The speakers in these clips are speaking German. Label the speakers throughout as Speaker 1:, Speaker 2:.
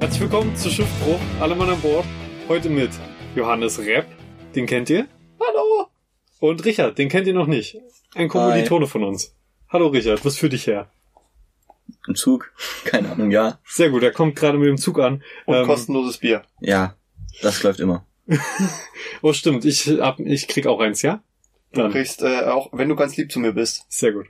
Speaker 1: Herzlich willkommen zu Schiffbruch, alle Mann an Bord. Heute mit Johannes Repp, den kennt ihr. Hallo! Und Richard, den kennt ihr noch nicht. Ein Kommilitone von uns. Hallo Richard, was führt dich her?
Speaker 2: Ein Zug? Keine Ahnung, ja.
Speaker 1: Sehr gut, er kommt gerade mit dem Zug an.
Speaker 3: Und
Speaker 1: Ähm,
Speaker 3: kostenloses Bier.
Speaker 2: Ja, das läuft immer.
Speaker 1: Oh, stimmt, ich, hab, ich krieg auch eins, ja?
Speaker 3: Du kriegst äh, auch, wenn du ganz lieb zu mir bist.
Speaker 1: Sehr gut.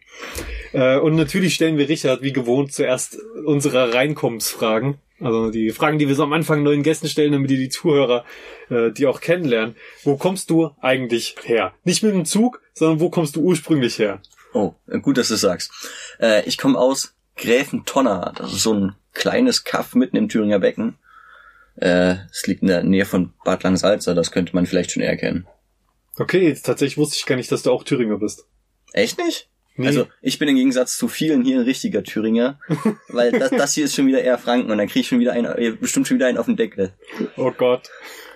Speaker 1: Äh, und natürlich stellen wir Richard wie gewohnt zuerst unsere Reinkommensfragen. Also die Fragen, die wir so am Anfang neuen Gästen stellen, damit die die Zuhörer äh, die auch kennenlernen. Wo kommst du eigentlich her? Nicht mit dem Zug, sondern wo kommst du ursprünglich her?
Speaker 2: Oh, gut, dass du es sagst. Äh, ich komme aus Gräfentonner. Das ist so ein kleines Kaff mitten im Thüringer Becken. Äh, Es liegt in der Nähe von Bad Langsalza. Das könnte man vielleicht schon eher kennen.
Speaker 1: Okay, jetzt tatsächlich wusste ich gar nicht, dass du auch Thüringer bist.
Speaker 2: Echt nicht?
Speaker 1: Nee.
Speaker 2: Also ich bin im Gegensatz zu vielen hier ein richtiger Thüringer, weil das, das hier ist schon wieder eher Franken und dann kriege ich schon wieder einen, äh, bestimmt schon wieder einen auf den Deckel.
Speaker 1: oh Gott.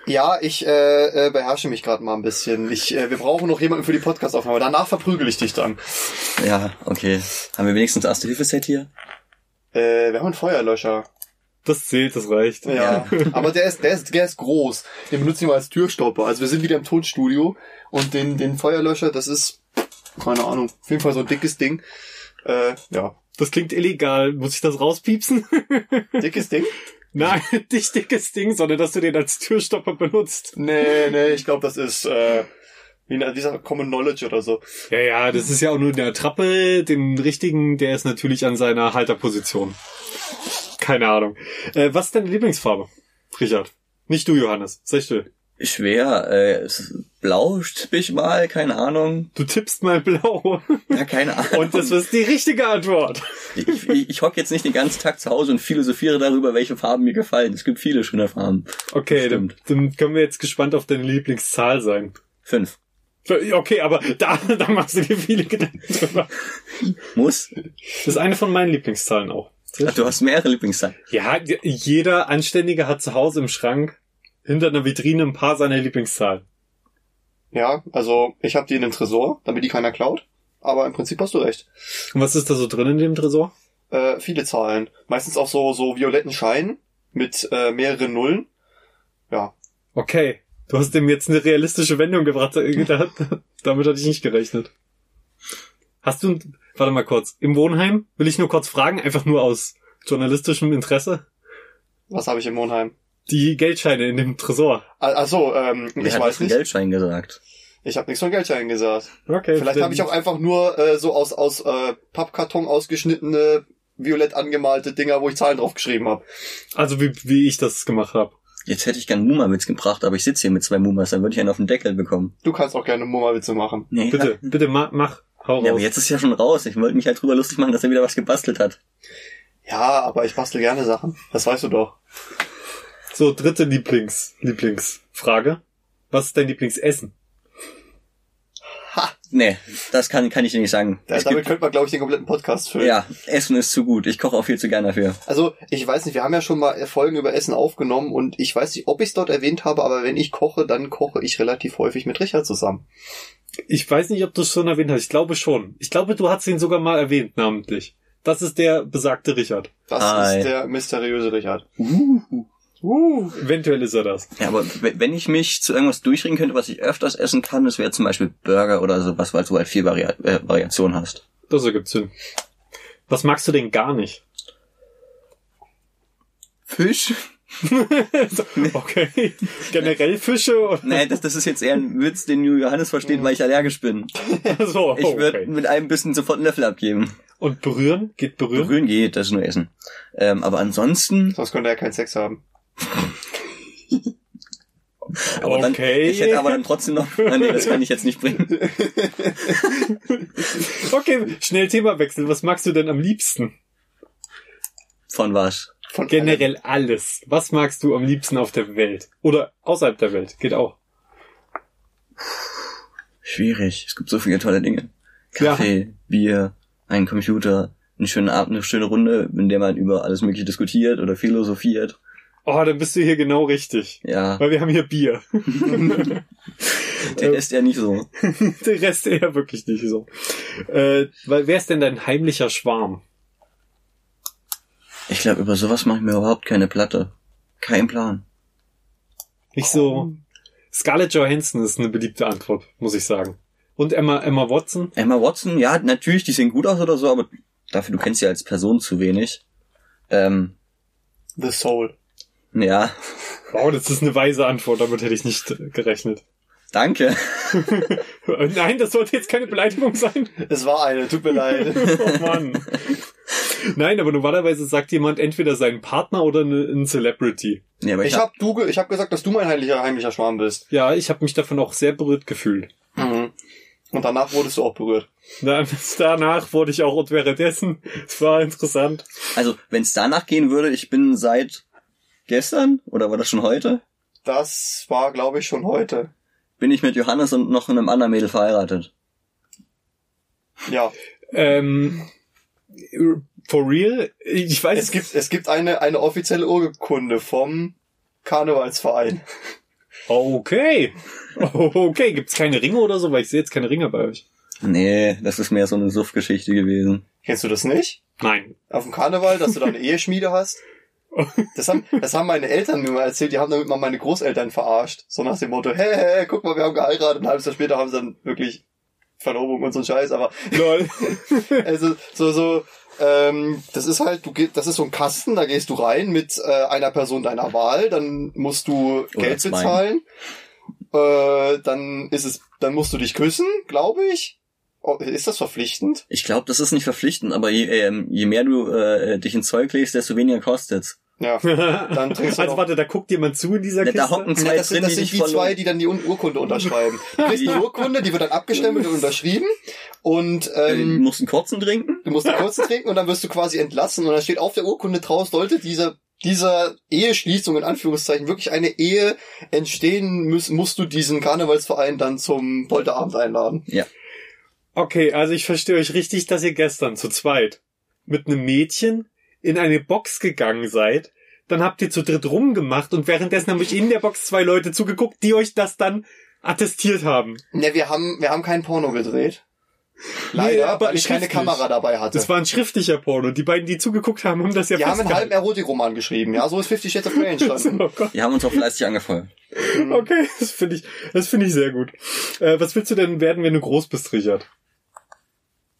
Speaker 3: Ja, ich äh, äh, beherrsche mich gerade mal ein bisschen. Ich, äh, wir brauchen noch jemanden für die Podcast-Aufnahme. Danach verprügel ich dich dann.
Speaker 2: Ja, okay. Haben wir wenigstens Erste-Hilfe-Set hier?
Speaker 3: Äh, wir haben einen Feuerlöscher.
Speaker 1: Das zählt, das reicht.
Speaker 3: Ja. Aber der ist, der ist, der ist groß. Den benutzen wir als Türstopper. Also wir sind wieder im Tonstudio und den, den Feuerlöscher, das ist, keine Ahnung, auf jeden Fall so ein dickes Ding. Äh, ja.
Speaker 1: Das klingt illegal. Muss ich das rauspiepsen?
Speaker 3: Dickes Ding?
Speaker 1: Nein, nicht dickes Ding, sondern dass du den als Türstopper benutzt.
Speaker 3: Nee, nee, ich glaube, das ist, äh, wie in dieser Common Knowledge oder so.
Speaker 1: Ja, ja, das ist ja auch nur eine Attrappe. Den richtigen, der ist natürlich an seiner Halterposition. Keine Ahnung. Äh, was ist deine Lieblingsfarbe, Richard? Nicht du, Johannes. Sei still.
Speaker 2: Schwer, äh, es blauscht mich mal, keine Ahnung.
Speaker 1: Du tippst mal blau.
Speaker 2: Ja, keine Ahnung.
Speaker 1: Und das ist die richtige Antwort.
Speaker 2: ich, ich, ich hock jetzt nicht den ganzen Tag zu Hause und philosophiere darüber, welche Farben mir gefallen. Es gibt viele schöne Farben.
Speaker 1: Okay, dann,
Speaker 2: Stimmt.
Speaker 1: dann können wir jetzt gespannt auf deine Lieblingszahl sein.
Speaker 2: Fünf.
Speaker 1: Okay, aber da, da machst du dir viele Gedanken drüber.
Speaker 2: Muss?
Speaker 1: Das ist eine von meinen Lieblingszahlen auch.
Speaker 2: Ach, du hast mehrere Lieblingszahlen.
Speaker 1: Ja, j- jeder Anständige hat zu Hause im Schrank hinter einer Vitrine ein paar seiner Lieblingszahlen.
Speaker 3: Ja, also ich habe die in dem Tresor, damit die keiner klaut. Aber im Prinzip hast du recht.
Speaker 1: Und was ist da so drin in dem Tresor?
Speaker 3: Äh, viele Zahlen. Meistens auch so, so violetten Schein mit äh, mehreren Nullen. Ja.
Speaker 1: Okay, du hast dem jetzt eine realistische Wendung gebracht. äh, gedacht. Damit hatte ich nicht gerechnet. Hast du, ein- warte mal kurz, im Wohnheim will ich nur kurz fragen, einfach nur aus journalistischem Interesse,
Speaker 3: Was habe ich im Wohnheim?
Speaker 1: die Geldscheine in dem Tresor.
Speaker 3: Ah, ach so, ähm,
Speaker 2: Wer
Speaker 3: ich
Speaker 2: hat
Speaker 3: weiß
Speaker 2: einen
Speaker 3: nicht.
Speaker 2: Geldschein gesagt.
Speaker 3: Ich habe nichts von Geldscheinen gesagt.
Speaker 1: Okay,
Speaker 3: Vielleicht habe ich auch einfach nur äh, so aus, aus äh, Pappkarton ausgeschnittene, violett angemalte Dinger, wo ich Zahlen draufgeschrieben habe.
Speaker 1: Also wie, wie ich das gemacht habe.
Speaker 2: Jetzt hätte ich gern Muma-Witz gebracht, aber ich sitze hier mit zwei Mumas, dann würde ich einen auf den Deckel bekommen.
Speaker 3: Du kannst auch gerne Mumma-Witze machen.
Speaker 2: Nee.
Speaker 1: Bitte, bitte ma, mach, hau
Speaker 2: Ja, aber
Speaker 1: raus.
Speaker 2: jetzt ist ja schon raus. Ich wollte mich halt drüber lustig machen, dass er wieder was gebastelt hat.
Speaker 3: Ja, aber ich bastel gerne Sachen. Das weißt du doch.
Speaker 1: So, dritte Lieblings, Lieblingsfrage. Was ist dein Lieblingsessen?
Speaker 2: Nee, das kann, kann ich dir nicht sagen.
Speaker 3: Da,
Speaker 2: Es
Speaker 3: damit
Speaker 2: gibt,
Speaker 3: könnte man, glaube ich, den kompletten Podcast füllen.
Speaker 2: ja, Essen ist zu gut. Ich koche auch viel zu gern dafür.
Speaker 3: Also, ich weiß nicht, wir haben ja schon mal Folgen über Essen aufgenommen und ich weiß nicht, ob ich es dort erwähnt habe, aber wenn ich koche, dann koche ich relativ häufig mit Richard zusammen.
Speaker 1: Ich weiß nicht, ob du es schon erwähnt hast. Ich glaube schon. Ich glaube, du hast ihn sogar mal erwähnt, namentlich. Das ist der besagte Richard.
Speaker 3: Das
Speaker 2: Hi.
Speaker 3: ist der mysteriöse Richard.
Speaker 1: Uh, eventuell ist er das.
Speaker 2: Ja, aber w- wenn ich mich zu irgendwas durchringen könnte, was ich öfters essen kann, das wäre zum Beispiel Burger oder sowas, weil du halt viel Varia äh, Variation hast.
Speaker 1: Das ergibt Sinn. Was magst du denn gar nicht?
Speaker 2: Fisch?
Speaker 1: So, okay. Generell Fische oder
Speaker 2: Nee, das, das ist jetzt eher ein Witz, den nur Johannes versteht, weil ich allergisch bin.
Speaker 1: so.
Speaker 2: Ich würde mit einem Bissen sofort einen Löffel abgeben.
Speaker 1: Und berühren? Geht berühren?
Speaker 2: Berühren geht, das ist nur Essen. Ähm, aber ansonsten,
Speaker 3: Sonst könnte er keinen Sex haben.
Speaker 2: aber dann,
Speaker 1: Okay.
Speaker 2: ich hätte aber dann trotzdem noch, Ah, nee, das kann ich jetzt nicht bringen.
Speaker 1: Okay, schnell Themawechsel. Was magst du denn am liebsten?
Speaker 2: Von was?
Speaker 3: Von
Speaker 1: Generell alles. Was magst du am liebsten auf der Welt? Oder außerhalb der Welt? Geht auch.
Speaker 2: Schwierig. Es gibt so viele tolle Dinge.
Speaker 1: Ja.
Speaker 2: Kaffee, Bier, ein Computer, einen schönen Abend, eine schöne Runde, in der man über alles mögliche diskutiert oder philosophiert.
Speaker 1: Oh, dann bist du hier genau richtig.
Speaker 2: Ja,
Speaker 1: Weil wir haben hier Bier.
Speaker 3: äh,
Speaker 2: der ist ja nicht so.
Speaker 1: Der Rest eher wirklich nicht so. Äh, weil wer ist denn dein heimlicher Schwarm?
Speaker 2: Ich glaube, über sowas mache ich mir überhaupt keine Platte. Kein Plan.
Speaker 1: Nicht so. Scarlett Johansson ist eine beliebte Antwort, muss ich sagen. Und Emma, Emma Watson?
Speaker 2: Emma Watson, ja, natürlich, die sehen gut aus oder so, aber dafür, du kennst sie als Person zu wenig. Ähm,
Speaker 3: The Soul.
Speaker 2: ja,
Speaker 1: Wow, das ist eine weise Antwort, damit hätte ich nicht äh, gerechnet.
Speaker 2: danke.
Speaker 1: Äh, Nein, das sollte jetzt keine Beleidigung sein.
Speaker 3: Es war eine, tut mir leid.
Speaker 1: Oh Mann. Nein, aber normalerweise sagt jemand entweder seinen Partner oder eine, ein Celebrity.
Speaker 2: Nee, aber ich,
Speaker 3: Ich hab, du, ge- ich hab gesagt, dass du mein heimlicher, heimlicher Schwarm bist.
Speaker 1: Ja, ich habe mich davon auch sehr berührt gefühlt.
Speaker 3: Mhm. Und danach wurdest du auch berührt.
Speaker 1: Na, Danach wurde ich auch und währenddessen. Es war interessant.
Speaker 2: hab, also, wenn es danach gehen würde, ich bin seit gestern oder war das schon heute?
Speaker 3: Das war, glaube ich, schon heute.
Speaker 2: Bin ich mit Johannes und noch einem anderen Mädel verheiratet.
Speaker 3: Ja.
Speaker 1: Ähm, for real? Ich weiß
Speaker 3: Es gibt, es gibt eine, eine offizielle Urkunde vom Karnevalsverein.
Speaker 1: Okay. Okay, gibt's keine Ringe oder so? Weil ich sehe jetzt keine Ringe bei euch.
Speaker 2: Nee, das ist mehr so eine Suff-Geschichte gewesen.
Speaker 3: Kennst du das nicht?
Speaker 1: Nein.
Speaker 3: Auf dem Karneval, dass du da eine Eheschmiede hast? Das haben, das haben meine Eltern mir mal erzählt, die haben damit mal meine Großeltern verarscht. So nach dem Motto, hey, hey, guck mal, wir haben geheiratet. Und ein halbes Jahr später haben sie dann wirklich Verlobung und so ein Scheiß. Aber
Speaker 1: Lol.
Speaker 3: Also so so ähm, das ist halt du gehst das ist so ein Kasten, da gehst du rein mit äh, einer Person deiner Wahl, dann musst du
Speaker 2: Oder
Speaker 3: Geld
Speaker 2: zwei.
Speaker 3: bezahlen. Äh, dann ist es dann musst du dich küssen, glaube ich. Oh, ist das verpflichtend?
Speaker 2: Ich glaube, das ist nicht verpflichtend, aber je, ähm, je mehr du äh, dich ins Zeug legst, desto weniger kostet's.
Speaker 3: Ja.
Speaker 1: Dann
Speaker 3: trinkst du
Speaker 1: also
Speaker 3: noch-
Speaker 1: warte, da guckt jemand zu in dieser
Speaker 2: Ja,
Speaker 1: Kiste.
Speaker 2: Ne, da hocken zwei
Speaker 3: das
Speaker 2: drin,
Speaker 3: sind, das
Speaker 2: die
Speaker 3: sind
Speaker 2: dich
Speaker 3: die
Speaker 2: verloren.
Speaker 3: zwei, die dann die Un- Urkunde unterschreiben. Du kriegst eine Urkunde, die wird dann abgestempelt und unterschrieben. Und ähm,
Speaker 2: Du musst einen kurzen trinken.
Speaker 3: Du musst einen kurzen trinken und dann wirst du quasi entlassen und dann steht auf der Urkunde draus, sollte dieser dieser Eheschließung in Anführungszeichen wirklich eine Ehe entstehen, müssen, musst du diesen Karnevalsverein dann zum Polterabend einladen.
Speaker 1: Okay, also ich verstehe euch richtig, dass ihr gestern zu zweit mit einem Mädchen in eine Box gegangen seid. Dann habt ihr zu dritt rumgemacht und währenddessen haben euch in der Box zwei Leute zugeguckt, die euch das dann attestiert haben.
Speaker 3: Ne, wir haben wir haben kein Porno gedreht. Leider,
Speaker 1: Nee, aber
Speaker 3: weil ich keine
Speaker 1: schriftlich.
Speaker 3: Kamera dabei hatte.
Speaker 1: Das war ein schriftlicher Porno. Die beiden, die zugeguckt haben, haben das ja
Speaker 3: wir haben einen halben
Speaker 1: festgehalten.
Speaker 3: Erotikroman geschrieben, ja, so ist Fifty Shades of Grey entstanden.
Speaker 1: Oh Gott.
Speaker 2: Die haben uns auch fleißig angefeuert.
Speaker 1: Okay, das finde ich, das finde ich sehr gut. Äh, was willst du denn werden, wenn du groß bist, Richard?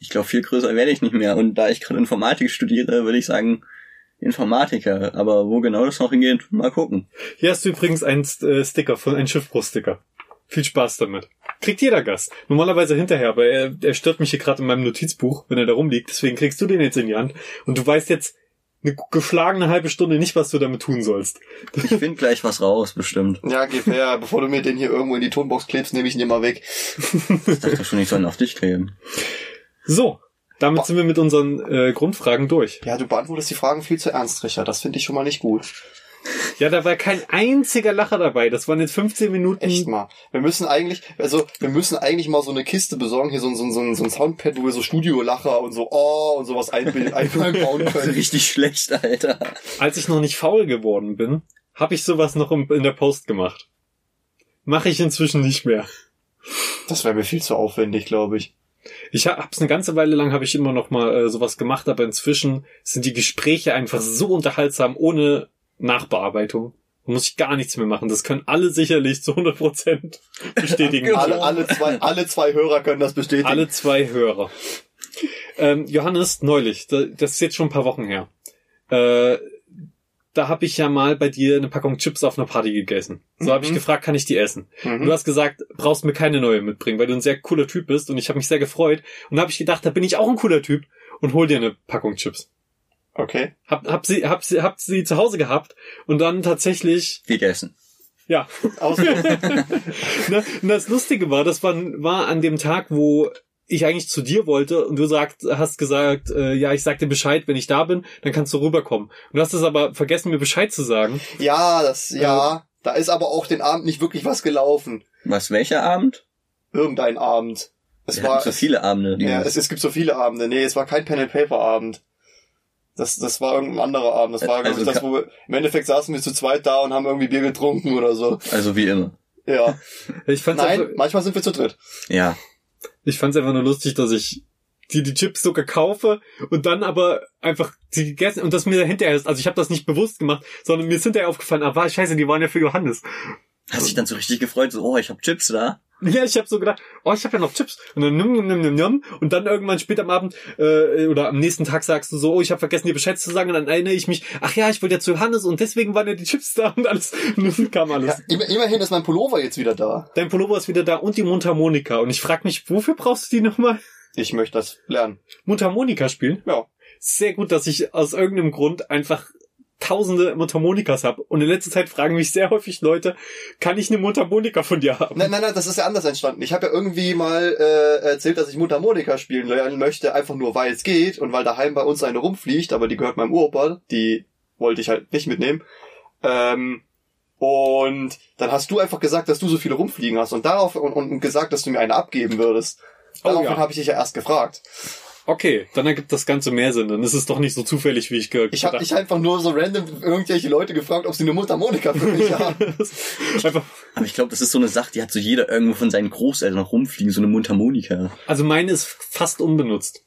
Speaker 2: Ich glaube, viel größer werde ich nicht mehr. Und da ich gerade Informatik studiere, würde ich sagen, Informatiker. Aber wo genau das noch hingeht, mal gucken.
Speaker 1: Hier hast du übrigens einen äh, Sticker von einem Schiffbruchsticker. Viel Spaß damit. Kriegt jeder Gast. Normalerweise hinterher, aber er, er stört mich hier gerade in meinem Notizbuch, wenn er da rumliegt. Deswegen kriegst du den jetzt in die Hand. Und du weißt jetzt eine geschlagene halbe Stunde nicht, was du damit tun sollst.
Speaker 2: Ich finde gleich was raus, bestimmt.
Speaker 3: Ja, gib her, bevor du mir den hier irgendwo in die Tonbox klebst, nehme ich ihn dir mal weg.
Speaker 2: Ich dachte schon, ich soll ihn auf dich kleben.
Speaker 1: So, damit sind wir mit unseren äh, Grundfragen durch.
Speaker 3: Ja, du beantwortest die Fragen viel zu ernst, Richard. Das finde ich schon mal nicht gut.
Speaker 1: Ja, da war kein einziger Lacher dabei. Das waren jetzt 15 Minuten.
Speaker 3: Echt mal. Wir müssen eigentlich, also wir müssen eigentlich mal so eine Kiste besorgen, hier so, ein- so, ein- so, ein- so ein Soundpad, wo wir so Studiolacher und so oh und sowas einbild- einbauen können.
Speaker 2: Richtig schlecht, Alter.
Speaker 1: Als ich noch nicht faul geworden bin, habe ich sowas noch im, in der Post gemacht. Mache ich inzwischen nicht mehr.
Speaker 3: Das wäre mir viel zu aufwendig, glaube ich.
Speaker 1: Ich ha- hab's eine ganze Weile lang habe ich immer noch mal äh, sowas gemacht, aber inzwischen sind die Gespräche einfach so unterhaltsam ohne Nachbearbeitung. Da muss ich gar nichts mehr machen. Das können alle sicherlich zu 100% bestätigen.
Speaker 3: Alle, alle, zwei, alle zwei Hörer können das bestätigen.
Speaker 1: Alle zwei Hörer. Ähm, Johannes, neulich, da- das ist jetzt schon ein paar Wochen her. Äh, da habe ich ja mal bei dir eine Packung Chips auf einer Party gegessen. So hab habe ich
Speaker 3: Mhm.
Speaker 1: gefragt, kann ich die essen? Und
Speaker 3: Mhm.
Speaker 1: Du hast gesagt, brauchst mir keine neue mitbringen, weil du ein sehr cooler Typ bist und ich habe mich sehr gefreut und habe ich gedacht, da bin ich auch ein cooler Typ und hol dir eine Packung Chips.
Speaker 3: Okay.
Speaker 1: Hab, hab sie hab sie hab sie zu Hause gehabt und dann tatsächlich
Speaker 2: Gegessen.
Speaker 1: ja,
Speaker 3: Aus,
Speaker 1: ne? Und das Lustige war, das war, war an dem Tag, wo ich eigentlich zu dir wollte und du sagt, hast gesagt, äh, ja, ich sag dir Bescheid, wenn ich da bin, dann kannst du rüberkommen. Und du hast es aber vergessen, mir Bescheid zu sagen.
Speaker 3: ja, das, ja. Da ist aber auch den Abend nicht wirklich was gelaufen.
Speaker 2: Was, welcher Abend?
Speaker 3: Irgendein Abend. Es
Speaker 2: Wir
Speaker 3: war
Speaker 2: hatten so viele Abende. die-
Speaker 3: Ja, es, es gibt so viele Abende. Nee, es war kein Pen and Paper Abend. Das, das war irgendein anderer Abend. Das war,
Speaker 2: Äh,
Speaker 3: glaub
Speaker 2: also
Speaker 3: ich, das,
Speaker 2: ka-
Speaker 3: wo wir, im Endeffekt saßen wir zu zweit da und haben irgendwie Bier getrunken oder so.
Speaker 2: also wie immer.
Speaker 3: Ja.
Speaker 1: Ich fand's,
Speaker 3: Nein,
Speaker 1: einfach,
Speaker 3: manchmal sind wir zu dritt.
Speaker 2: Ja.
Speaker 1: ich fand's einfach nur lustig, dass ich die die Chips sogar kaufe und dann aber einfach sie gegessen und das mir hinterher ist. Also ich habe das nicht bewusst gemacht, sondern mir ist hinterher aufgefallen, ah, war scheiße, die waren ja für Johannes.
Speaker 3: Also-
Speaker 2: Hast dich dann so richtig gefreut, so, oh, ich hab Chips da.
Speaker 1: Ja, ich habe so gedacht, oh, ich habe ja noch Chips. Und dann nimm, nimm, nimm, nimm, nimm. Und dann irgendwann spät am Abend äh, oder am nächsten Tag sagst du so, oh, ich habe vergessen, dir Bescheid zu sagen. Und dann erinnere ich mich, ach ja, ich wollte ja zu Johannes und deswegen waren ja die Chips da und alles. Und dann kam alles.
Speaker 3: Ja, immer, immerhin ist mein Pullover jetzt wieder da.
Speaker 1: Dein Pullover ist wieder da und die Mundharmonika. Und ich frag mich, wofür brauchst du die nochmal?
Speaker 3: Ich möchte das lernen.
Speaker 1: Mundharmonika spielen?
Speaker 3: Ja.
Speaker 1: Sehr gut, dass ich aus irgendeinem Grund einfach tausende Mundharmonikas habe. Und in letzter Zeit fragen mich sehr häufig Leute, kann ich eine Mundharmonika von dir haben?
Speaker 3: Nein, nein, nein, das ist ja anders entstanden. Ich habe ja irgendwie mal äh, erzählt, dass ich Mundharmonika spielen lernen möchte, einfach nur weil es geht und weil daheim bei uns eine rumfliegt, aber die gehört meinem Uropa, die wollte ich halt nicht mitnehmen. Ähm, und dann hast du einfach gesagt, dass du so viele rumfliegen hast und darauf und, und gesagt, dass du mir eine abgeben würdest.
Speaker 1: Oh,
Speaker 3: Daraufhin
Speaker 1: ja.
Speaker 3: habe ich dich ja erst gefragt.
Speaker 1: Okay, dann ergibt das Ganze mehr Sinn. Dann ist es doch nicht so zufällig, wie ich ge- gedacht
Speaker 3: Ich habe dich einfach nur so random irgendwelche Leute gefragt, ob sie eine Mundharmonika für mich haben.
Speaker 1: Einfach,
Speaker 2: Aber ich glaube, das ist so eine Sache, die hat so jeder irgendwo von seinen Großeltern rumfliegen, so eine Mundharmonika.
Speaker 1: also meine ist fast unbenutzt.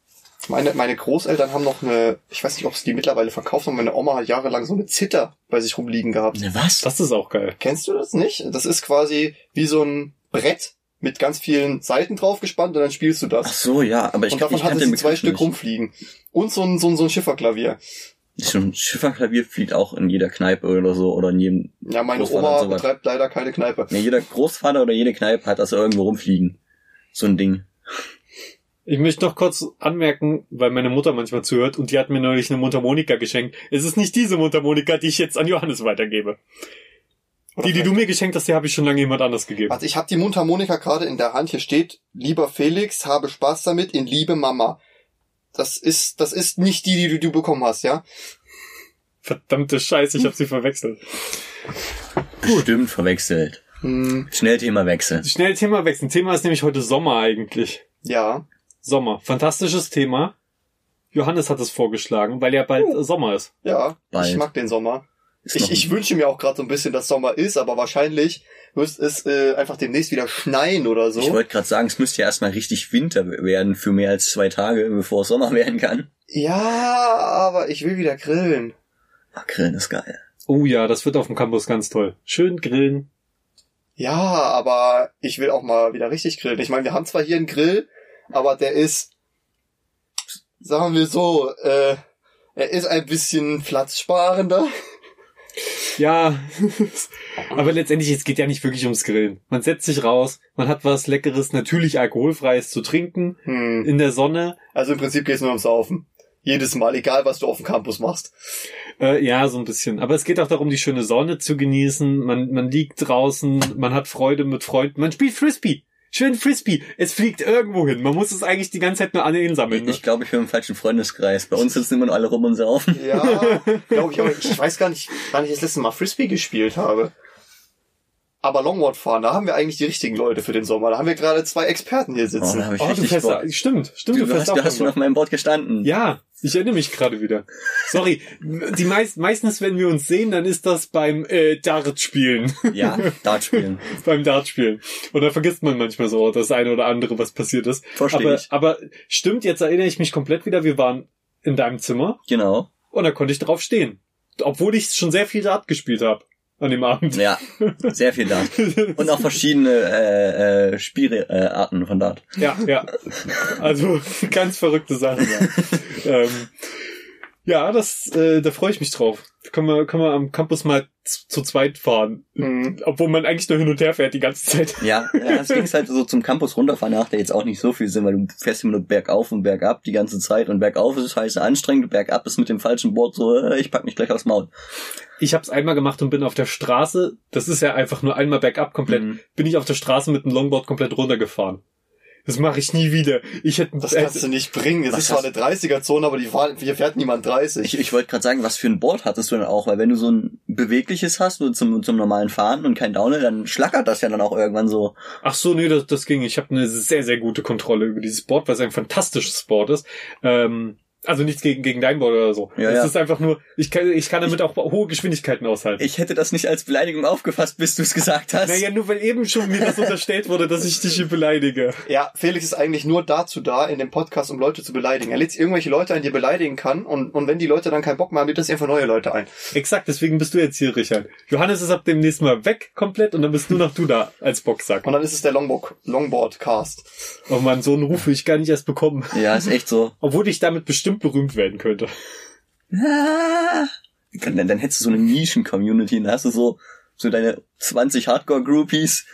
Speaker 3: Meine, meine Großeltern haben noch eine, ich weiß nicht, ob sie die mittlerweile verkauft haben, meine Oma hat jahrelang so eine Zither bei sich rumliegen gehabt.
Speaker 2: Ne, was?
Speaker 1: Das ist auch geil.
Speaker 3: Kennst du das nicht? Das ist quasi wie so ein Brett mit ganz vielen Seiten draufgespannt und dann spielst du
Speaker 2: Ach
Speaker 3: das.
Speaker 2: so, ja, aber ich,
Speaker 3: und
Speaker 2: ich
Speaker 3: davon hatte sie
Speaker 2: den
Speaker 3: zwei
Speaker 2: Begriff
Speaker 3: Stück
Speaker 2: nicht.
Speaker 3: rumfliegen. Und so ein, so ein, so ein Schifferklavier.
Speaker 2: So ein Schifferklavier fliegt auch in jeder Kneipe oder so, oder in jedem,
Speaker 3: Ja, meine
Speaker 2: Großvater hat
Speaker 3: Oma
Speaker 2: sowas.
Speaker 3: betreibt leider keine Kneipe.
Speaker 2: ne, jeder Großvater oder jede Kneipe hat das irgendwo rumfliegen. So ein Ding.
Speaker 1: Ich möchte noch kurz anmerken, weil meine Mutter manchmal zuhört und die hat mir neulich eine Mundharmonika geschenkt. Es ist nicht diese Mundharmonika, die ich jetzt an Johannes weitergebe.
Speaker 3: Oder
Speaker 1: Die, die du mir geschenkt hast, die habe ich schon lange jemand anders gegeben.
Speaker 3: Also ich habe die Mundharmonika gerade in der Hand. Hier steht, lieber Felix, habe Spaß damit in Liebe Mama. Das ist, das ist nicht die, die du, du bekommen hast, ja?
Speaker 1: Verdammte Scheiße, ich habe sie verwechselt.
Speaker 2: Bestimmt verwechselt.
Speaker 3: Hm,
Speaker 2: Schnell Thema wechseln.
Speaker 1: Schnell Thema wechseln. Thema ist nämlich heute Sommer eigentlich.
Speaker 3: ja.
Speaker 1: Sommer. Fantastisches Thema. Johannes hat es vorgeschlagen, weil ja bald äh, Sommer ist.
Speaker 3: Ja, ich
Speaker 2: Bald.
Speaker 3: mag den Sommer.
Speaker 2: Ist noch
Speaker 3: Ich,
Speaker 2: ein-
Speaker 3: ich wünsche mir auch gerade so ein bisschen, dass Sommer ist, aber wahrscheinlich wird es äh, einfach demnächst wieder schneien oder so.
Speaker 2: Ich wollte gerade sagen, es müsste ja erstmal richtig Winter werden für mehr als zwei Tage, bevor es Sommer werden kann.
Speaker 3: ja, aber ich will wieder grillen.
Speaker 2: Ach, Ah, Grillen ist geil.
Speaker 1: Oh ja, das wird auf dem Campus ganz toll. Schön grillen.
Speaker 3: Ja, aber ich will auch mal wieder richtig grillen. Ich meine, wir haben zwar hier einen Grill, aber der ist, sagen wir so, äh, er ist ein bisschen platzsparender.
Speaker 1: Ja, aber letztendlich, es geht ja nicht wirklich ums Grillen. Man setzt sich raus, man hat was Leckeres, natürlich alkoholfreies zu trinken,
Speaker 3: Hm.
Speaker 1: in der Sonne.
Speaker 3: Also im Prinzip geht's nur ums Saufen. Jedes Mal, egal was du auf dem Campus machst.
Speaker 1: Äh, ja, so ein bisschen. Aber es geht auch darum, die schöne Sonne zu genießen. Man, man liegt draußen, man hat Freude mit Freunden, man spielt Frisbee. Schön Frisbee. Es fliegt irgendwo hin. Man muss es eigentlich die ganze Zeit nur an den sammeln. Ne?
Speaker 2: Ich glaube, ich bin im falschen Freundeskreis. Bei uns sitzen immer nur alle rum und saufen.
Speaker 3: Ja, glaube ich auch. Ich weiß gar nicht, wann ich das letzte Mal Frisbee gespielt habe. Aber Longboard fahren, da haben wir eigentlich die richtigen Leute für den Sommer. Da haben wir gerade zwei Experten hier
Speaker 2: Oh, da
Speaker 3: sitzen.
Speaker 2: hab ich
Speaker 1: Oh, du
Speaker 2: richtig
Speaker 1: fährst,
Speaker 2: Bock.
Speaker 1: da- stimmt, stimmt, du,
Speaker 2: Du, hast,
Speaker 1: fährst
Speaker 2: du
Speaker 1: auch
Speaker 2: hast schon
Speaker 1: irgendwo.
Speaker 2: auf meinem Board gestanden.
Speaker 1: Ja, ich erinnere mich gerade wieder. Sorry, die meist, meistens, wenn wir uns sehen, dann ist das beim äh, Dartspielen,
Speaker 2: Ja, Dart spielen.
Speaker 1: beim Dartspielen. Und da vergisst man manchmal so das eine oder andere, was passiert ist.
Speaker 2: Verstehe
Speaker 1: Aber,
Speaker 2: ich.
Speaker 1: aber stimmt, jetzt erinnere ich mich komplett wieder. Wir waren in deinem Zimmer
Speaker 2: Genau.
Speaker 1: und da konnte ich drauf stehen, obwohl ich schon sehr viel Dart gespielt habe an dem Abend.
Speaker 2: Ja, sehr viel Dart. Und auch verschiedene äh, äh, Spielarten äh, Arten von Dart.
Speaker 1: Ja, ja. Also ganz verrückte Sachen. Ja, ähm, ja das, äh, da freue ich mich drauf. Können wir, können wir am Campus mal zu, zu zweit fahren.
Speaker 3: Mhm.
Speaker 1: Obwohl man eigentlich nur hin und her fährt die ganze Zeit.
Speaker 2: Ja, ja, das Ding ist halt so zum Campus runterfahren, macht ja jetzt auch nicht so viel Sinn, weil du fährst immer nur bergauf und bergab die ganze Zeit und bergauf ist scheiße anstrengend, und bergab ist mit dem falschen Board so, äh, ich pack mich gleich aufs Maul.
Speaker 1: Ich habe es einmal gemacht und bin auf der Straße, das ist ja einfach nur einmal bergab komplett,
Speaker 2: Mhm.
Speaker 1: bin ich auf der Straße mit dem Longboard komplett runtergefahren. Das mache ich nie wieder. Ich hätte
Speaker 3: Das kannst du nicht bringen. Es
Speaker 2: Was
Speaker 3: ist zwar
Speaker 2: hast-
Speaker 3: eine 30er-Zone, aber die fahren, hier fährt niemand 30.
Speaker 2: Ich, ich wollte gerade sagen, was für ein Board hattest du denn auch? Weil wenn du so ein bewegliches hast, nur zum, zum normalen Fahren und kein Downhill, dann schlackert das ja dann auch irgendwann so.
Speaker 1: Ach so, nee, das, das ging. Ich habe eine sehr, sehr gute Kontrolle über dieses Board, weil es ein fantastisches Board ist. Ähm, Also nichts gegen, gegen dein Board oder so.
Speaker 2: Ja,
Speaker 1: es
Speaker 2: ja.
Speaker 1: ist einfach nur, ich kann, ich kann damit auch hohe Geschwindigkeiten aushalten.
Speaker 2: Ich hätte das nicht als Beleidigung aufgefasst, bis du es gesagt hast.
Speaker 1: naja, nur weil eben schon mir das unterstellt wurde, dass ich dich hier beleidige.
Speaker 3: Ja, Felix ist eigentlich nur dazu da, in dem Podcast, um Leute zu beleidigen. Er lädt sich irgendwelche Leute ein, die er beleidigen kann. Und, und wenn die Leute dann keinen Bock mehr haben, lädt er sich einfach neue Leute ein.
Speaker 1: Exakt, deswegen bist du jetzt hier, Richard. Johannes ist ab demnächst mal weg komplett und dann bist nur noch du da als Boxsack.
Speaker 3: Und dann ist es der Longboard, Longboard-Cast.
Speaker 1: Oh man, so einen Ruf will ich gar nicht erst bekommen.
Speaker 2: Ja, ist echt so.
Speaker 1: Obwohl ich damit bestimmt berühmt werden könnte.
Speaker 2: Ah. Dann, dann hättest du so eine Nischen-Community und da hast du so, so deine 20 Hardcore-Groupies.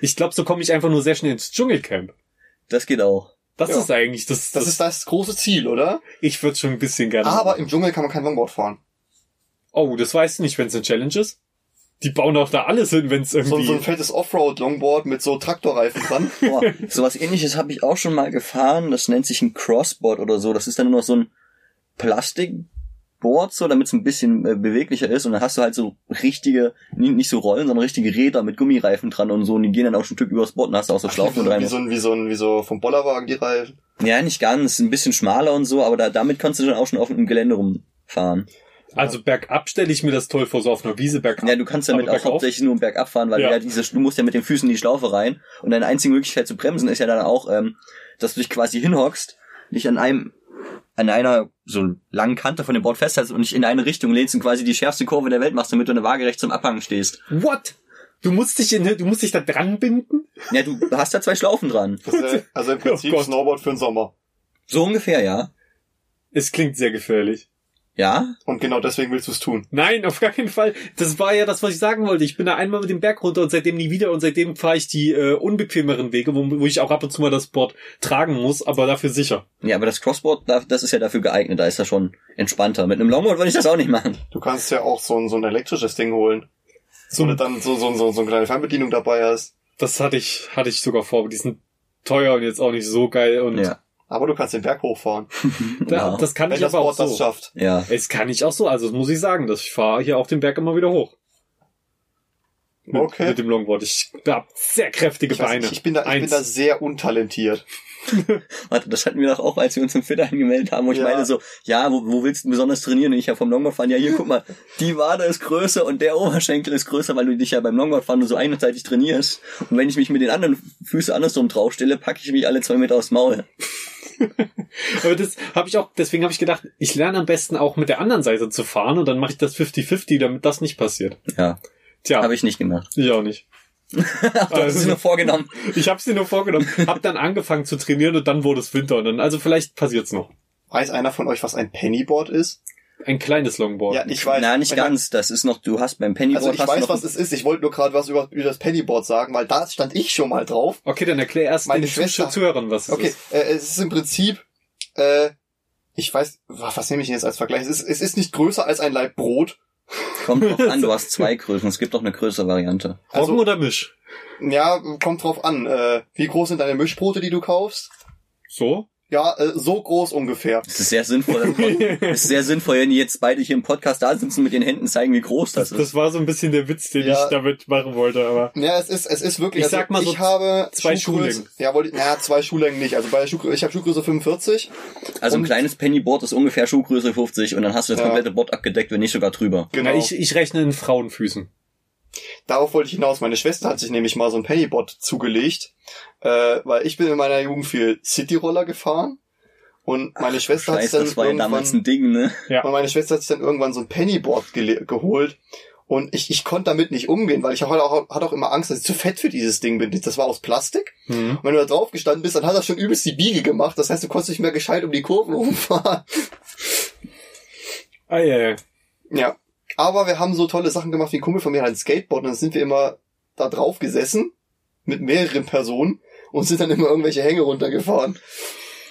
Speaker 1: Ich glaube, so komme ich einfach nur sehr schnell ins Dschungelcamp.
Speaker 2: Das geht auch.
Speaker 1: Das
Speaker 3: Ja.
Speaker 1: ist eigentlich das.
Speaker 3: Das ist das große Ziel, oder?
Speaker 1: ich würde schon ein bisschen gerne.
Speaker 3: Aber im Dschungel kann man kein Longboard fahren.
Speaker 1: oh, das weißt du nicht, wenn es eine Challenge ist. Die bauen auch da alles hin, wenn es
Speaker 3: So,
Speaker 1: irgendwie.
Speaker 3: so ein fettes Offroad-Longboard mit so Traktorreifen dran.
Speaker 2: Boah, sowas ähnliches habe ich auch schon mal gefahren. Das nennt sich ein Crossboard oder so. Das ist dann nur noch so ein Plastikboard, so, damit es ein bisschen äh, beweglicher ist. Und dann hast du halt so richtige, ni- nicht so Rollen, sondern richtige Räder mit Gummireifen dran und so. Und die gehen dann auch schon ein Stück übers Board und hast du auch so Schlaufen mit
Speaker 3: wie,
Speaker 2: rein.
Speaker 3: so ein, wie so ein, wie so vom Bollerwagen die Reifen.
Speaker 2: Ja, nicht ganz. Ein bisschen schmaler und so, aber da, damit kannst du dann auch schon auf dem Gelände rumfahren.
Speaker 1: also bergab stelle ich mir das toll vor, so auf einer Wiese bergab.
Speaker 2: Ja, du kannst damit
Speaker 1: Aber
Speaker 2: auch
Speaker 1: Also bergauf?
Speaker 2: hauptsächlich nur bergab fahren, weil
Speaker 1: Ja.
Speaker 2: du ja diese, du musst ja mit den Füßen in die Schlaufe rein. Und deine einzige Möglichkeit zu bremsen ist ja dann auch, ähm, dass du dich quasi hinhockst, dich an einem, an einer so langen Kante von dem Board festhältst und dich in eine Richtung lehnst und quasi die schärfste Kurve der Welt machst, damit du eine waagerecht zum Abhang stehst.
Speaker 1: What? Du musst dich in, du musst dich da dran binden?
Speaker 2: Ja, du hast da zwei Schlaufen dran.
Speaker 3: Das ist, äh, also im Prinzip
Speaker 1: Oh Gott.
Speaker 3: Snowboard für den Sommer.
Speaker 2: So ungefähr, ja.
Speaker 1: Es klingt sehr gefährlich.
Speaker 2: Ja?
Speaker 3: Und genau deswegen willst du es tun.
Speaker 1: Nein, auf gar keinen Fall. Das war ja das, was ich sagen wollte. Ich bin da einmal mit dem Berg runter und seitdem nie wieder und seitdem fahre ich die äh, unbequemeren Wege, wo, wo ich auch ab und zu mal das Board tragen muss, aber dafür sicher.
Speaker 2: Ja, aber das Crossboard, da- das ist ja dafür geeignet, da ist das schon entspannter. Mit einem Longboard würde ich das auch nicht machen.
Speaker 3: Du kannst ja auch so ein, so ein elektrisches Ding holen.
Speaker 1: So,
Speaker 3: So du dann so, so, so, so eine kleine Fernbedienung dabei hast.
Speaker 1: das hatte ich, hatte ich sogar vor, aber die sind teuer und jetzt auch nicht so geil und
Speaker 2: Ja. genau.
Speaker 3: Aber du kannst den Berg hochfahren,
Speaker 1: da,
Speaker 2: Ja.
Speaker 1: das kann
Speaker 3: wenn
Speaker 1: ich
Speaker 3: das
Speaker 1: aber auch
Speaker 3: Board
Speaker 1: so.
Speaker 3: das schafft.
Speaker 2: ja.
Speaker 1: Es kann ich auch so, also das muss ich sagen, dass ich fahre hier auch den Berg immer wieder hoch. Mit,
Speaker 3: Okay.
Speaker 1: Mit dem Longboard. Ich hab sehr kräftige
Speaker 3: Ich, weiß
Speaker 1: Beine.
Speaker 3: nicht, ich, bin da, ich bin
Speaker 1: Eins.
Speaker 3: da sehr untalentiert.
Speaker 2: Warte, das hatten wir doch auch, als wir uns im Fit angemeldet haben. Und
Speaker 3: Ja.
Speaker 2: ich meine so, ja, wo, wo willst du besonders trainieren? Und ich ja vom Longboardfahren, ja, hier, guck mal, die Wade ist größer und der Oberschenkel ist größer, weil du dich ja beim Longboardfahren nur so einseitig trainierst. Und wenn ich mich mit den anderen Füßen andersrum draufstelle, packe ich mich alle zwei Meter aufs Maul.
Speaker 1: Aber das habe ich auch, deswegen habe ich gedacht, ich lerne am besten auch mit der anderen Seite zu fahren und dann mache ich das 50-50, damit das nicht passiert.
Speaker 2: Ja,
Speaker 1: Tja,
Speaker 2: habe ich nicht gemacht.
Speaker 1: ich auch nicht.
Speaker 2: Ach, doch, das ist mir vorgenommen.
Speaker 1: Ich habe es dir nur vorgenommen, habe dann angefangen zu trainieren und dann wurde es Winter und dann, also vielleicht passiert's noch.
Speaker 3: Weiß einer von euch, was ein Pennyboard ist?
Speaker 1: Ein kleines Longboard.
Speaker 3: Ja, ich weiß.
Speaker 2: Na, nicht
Speaker 3: Wenn man-
Speaker 2: ganz. Das ist noch, du hast beim Pennyboard
Speaker 3: Also ich
Speaker 2: hast du
Speaker 3: weiß,
Speaker 2: noch,
Speaker 3: was es ist. Ich wollte nur gerade was über, über das Pennyboard sagen, weil da stand ich schon mal drauf.
Speaker 1: Okay, dann erklär erst
Speaker 3: Meine
Speaker 1: den Zuschauern,
Speaker 3: Schwester-
Speaker 1: Zuhörern, was es
Speaker 3: Okay,
Speaker 1: ist.
Speaker 3: äh, es ist im Prinzip, äh, ich weiß, wa- was nehme ich denn jetzt als Vergleich? Es ist, es ist nicht größer als ein Laib Brot.
Speaker 2: kommt drauf an, du hast zwei Größen. Es gibt noch eine größere Variante.
Speaker 1: Roggen
Speaker 3: Also,
Speaker 1: oder Misch?
Speaker 3: ja, kommt drauf an. Äh, wie groß sind deine Mischbrote, die du kaufst?
Speaker 1: So?
Speaker 3: Ja, äh, so groß ungefähr.
Speaker 2: Es ist sehr sinnvoll. Es ist sehr sinnvoll, wenn die jetzt beide hier im Podcast da sitzen mit den Händen zeigen, wie groß das
Speaker 1: Das,
Speaker 2: ist.
Speaker 1: war so ein bisschen der Witz, den
Speaker 3: Ja.
Speaker 1: ich damit machen wollte, aber
Speaker 3: Ja, es ist, es ist wirklich. also
Speaker 1: Ich sag mal so
Speaker 3: ich habe
Speaker 1: zwei
Speaker 3: Schuhgröße-
Speaker 1: Schuhlängen.
Speaker 3: Ja, wollte ich, na, zwei Schuhlängen nicht. Also bei Schuhgröße, ich habe Schuhgröße 45.
Speaker 2: Also ein
Speaker 3: Und-
Speaker 2: kleines Pennyboard ist ungefähr Schuhgröße 50 und dann hast du das
Speaker 3: Ja.
Speaker 2: komplette Board abgedeckt, wenn nicht sogar drüber.
Speaker 1: Na, ich, ich rechne in Frauenfüßen.
Speaker 3: Genau. Darauf wollte ich hinaus. Meine Schwester hat sich nämlich mal so ein Pennybot zugelegt, äh, weil ich bin in meiner Jugend viel Cityroller gefahren und meine Schwester hat sich
Speaker 2: Scheiße,
Speaker 3: dann
Speaker 2: das war ja
Speaker 3: irgendwann
Speaker 2: damals ein Ding, ne?
Speaker 1: Ja.
Speaker 3: und meine Schwester hat sich dann irgendwann so ein Pennyboard gele- geholt und ich, ich konnte damit nicht umgehen, weil ich auch, auch hatte auch immer Angst, dass ich zu fett für dieses Ding bin. Das war aus Plastik.
Speaker 1: Mhm.
Speaker 3: Und wenn du da drauf gestanden bist, dann hat das schon übelst die Biege gemacht. Das heißt, du konntest nicht mehr gescheit um die Kurven rumfahren.
Speaker 1: Ah, ja, ja.
Speaker 3: Ja. Aber wir haben so tolle Sachen gemacht, wie ein Kumpel von mir hat ein Skateboard und dann sind wir immer da drauf gesessen mit mehreren Personen und sind dann immer irgendwelche Hänge runtergefahren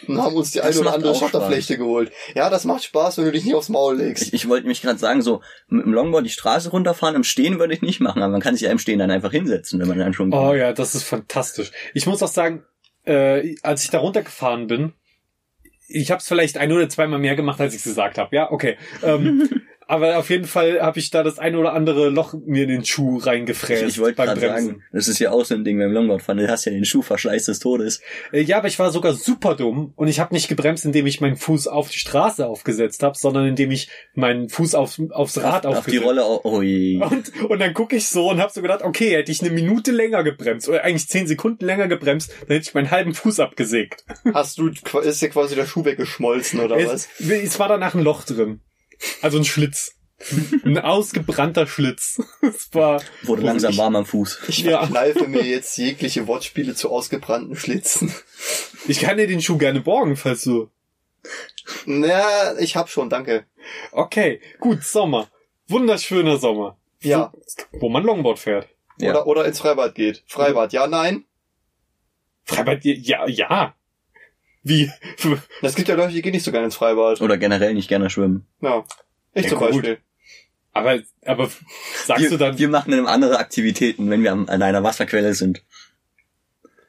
Speaker 3: und haben uns die
Speaker 2: Das
Speaker 3: eine oder
Speaker 2: macht
Speaker 3: andere
Speaker 2: auch
Speaker 3: Schotterfläche geholt. Ja, das macht Spaß, wenn du dich nicht aufs Maul legst.
Speaker 2: Ich, ich wollte mich gerade sagen, so mit dem Longboard die Straße runterfahren, im Stehen würde ich nicht machen, aber man kann sich ja im Stehen dann einfach hinsetzen, wenn man dann schon...
Speaker 1: Oh ja, das ist fantastisch. Ich muss auch sagen, äh, als ich da runtergefahren bin, ich habe es vielleicht ein oder zweimal mehr gemacht, als ich gesagt habe. Ja, okay. Ähm, Aber auf jeden Fall habe ich da das ein oder andere Loch mir in den Schuh reingefräst
Speaker 2: Ich wollte
Speaker 1: beim
Speaker 2: gerade
Speaker 1: Bremsen.
Speaker 2: sagen, das ist ja auch so ein Ding beim Longboard-Funnel, hast ja den Schuhverschleiß des Todes.
Speaker 1: Äh, Ja, aber ich war sogar super dumm und ich habe nicht gebremst, indem ich meinen Fuß auf die Straße aufgesetzt habe, sondern indem ich meinen Fuß auf, aufs Rad
Speaker 2: auf, auf die
Speaker 1: aufgesetzt
Speaker 2: Rolle, au- oh je.
Speaker 1: Und, und dann gucke ich so und habe so gedacht, okay, hätte ich eine Minute länger gebremst oder eigentlich zehn Sekunden länger gebremst, dann hätte ich meinen halben Fuß abgesägt.
Speaker 3: Hast du, ist dir quasi der Schuh weggeschmolzen oder was?
Speaker 1: Es, es war danach ein Loch drin. Also ein Schlitz. ein ausgebrannter Schlitz. Es war.
Speaker 2: Wurde
Speaker 1: Und
Speaker 2: langsam
Speaker 1: ich-
Speaker 2: warm am Fuß.
Speaker 3: Ich
Speaker 1: Ja.
Speaker 3: kneife mir jetzt jegliche Wortspiele zu ausgebrannten Schlitzen.
Speaker 1: Ich kann dir den Schuh gerne borgen, falls du.
Speaker 3: Na, ich hab schon, danke.
Speaker 1: Okay, gut, Sommer. Wunderschöner Sommer.
Speaker 3: Ja.
Speaker 1: Wo man Longboard fährt.
Speaker 2: Ja.
Speaker 3: Oder, oder ins Freibad geht. Freibad, ja, nein.
Speaker 1: Freibad, ja, ja. Wie?
Speaker 3: Es gibt ja Leute, die gehen nicht so gerne ins Freibad.
Speaker 2: Oder generell nicht gerne schwimmen.
Speaker 3: Ja. Ich
Speaker 1: Ja,
Speaker 3: zum
Speaker 1: gut.
Speaker 3: Beispiel.
Speaker 1: Aber, aber sagst
Speaker 2: Wir,
Speaker 1: du dann,
Speaker 2: wir machen dann andere Aktivitäten, wenn wir am, an einer Wasserquelle sind.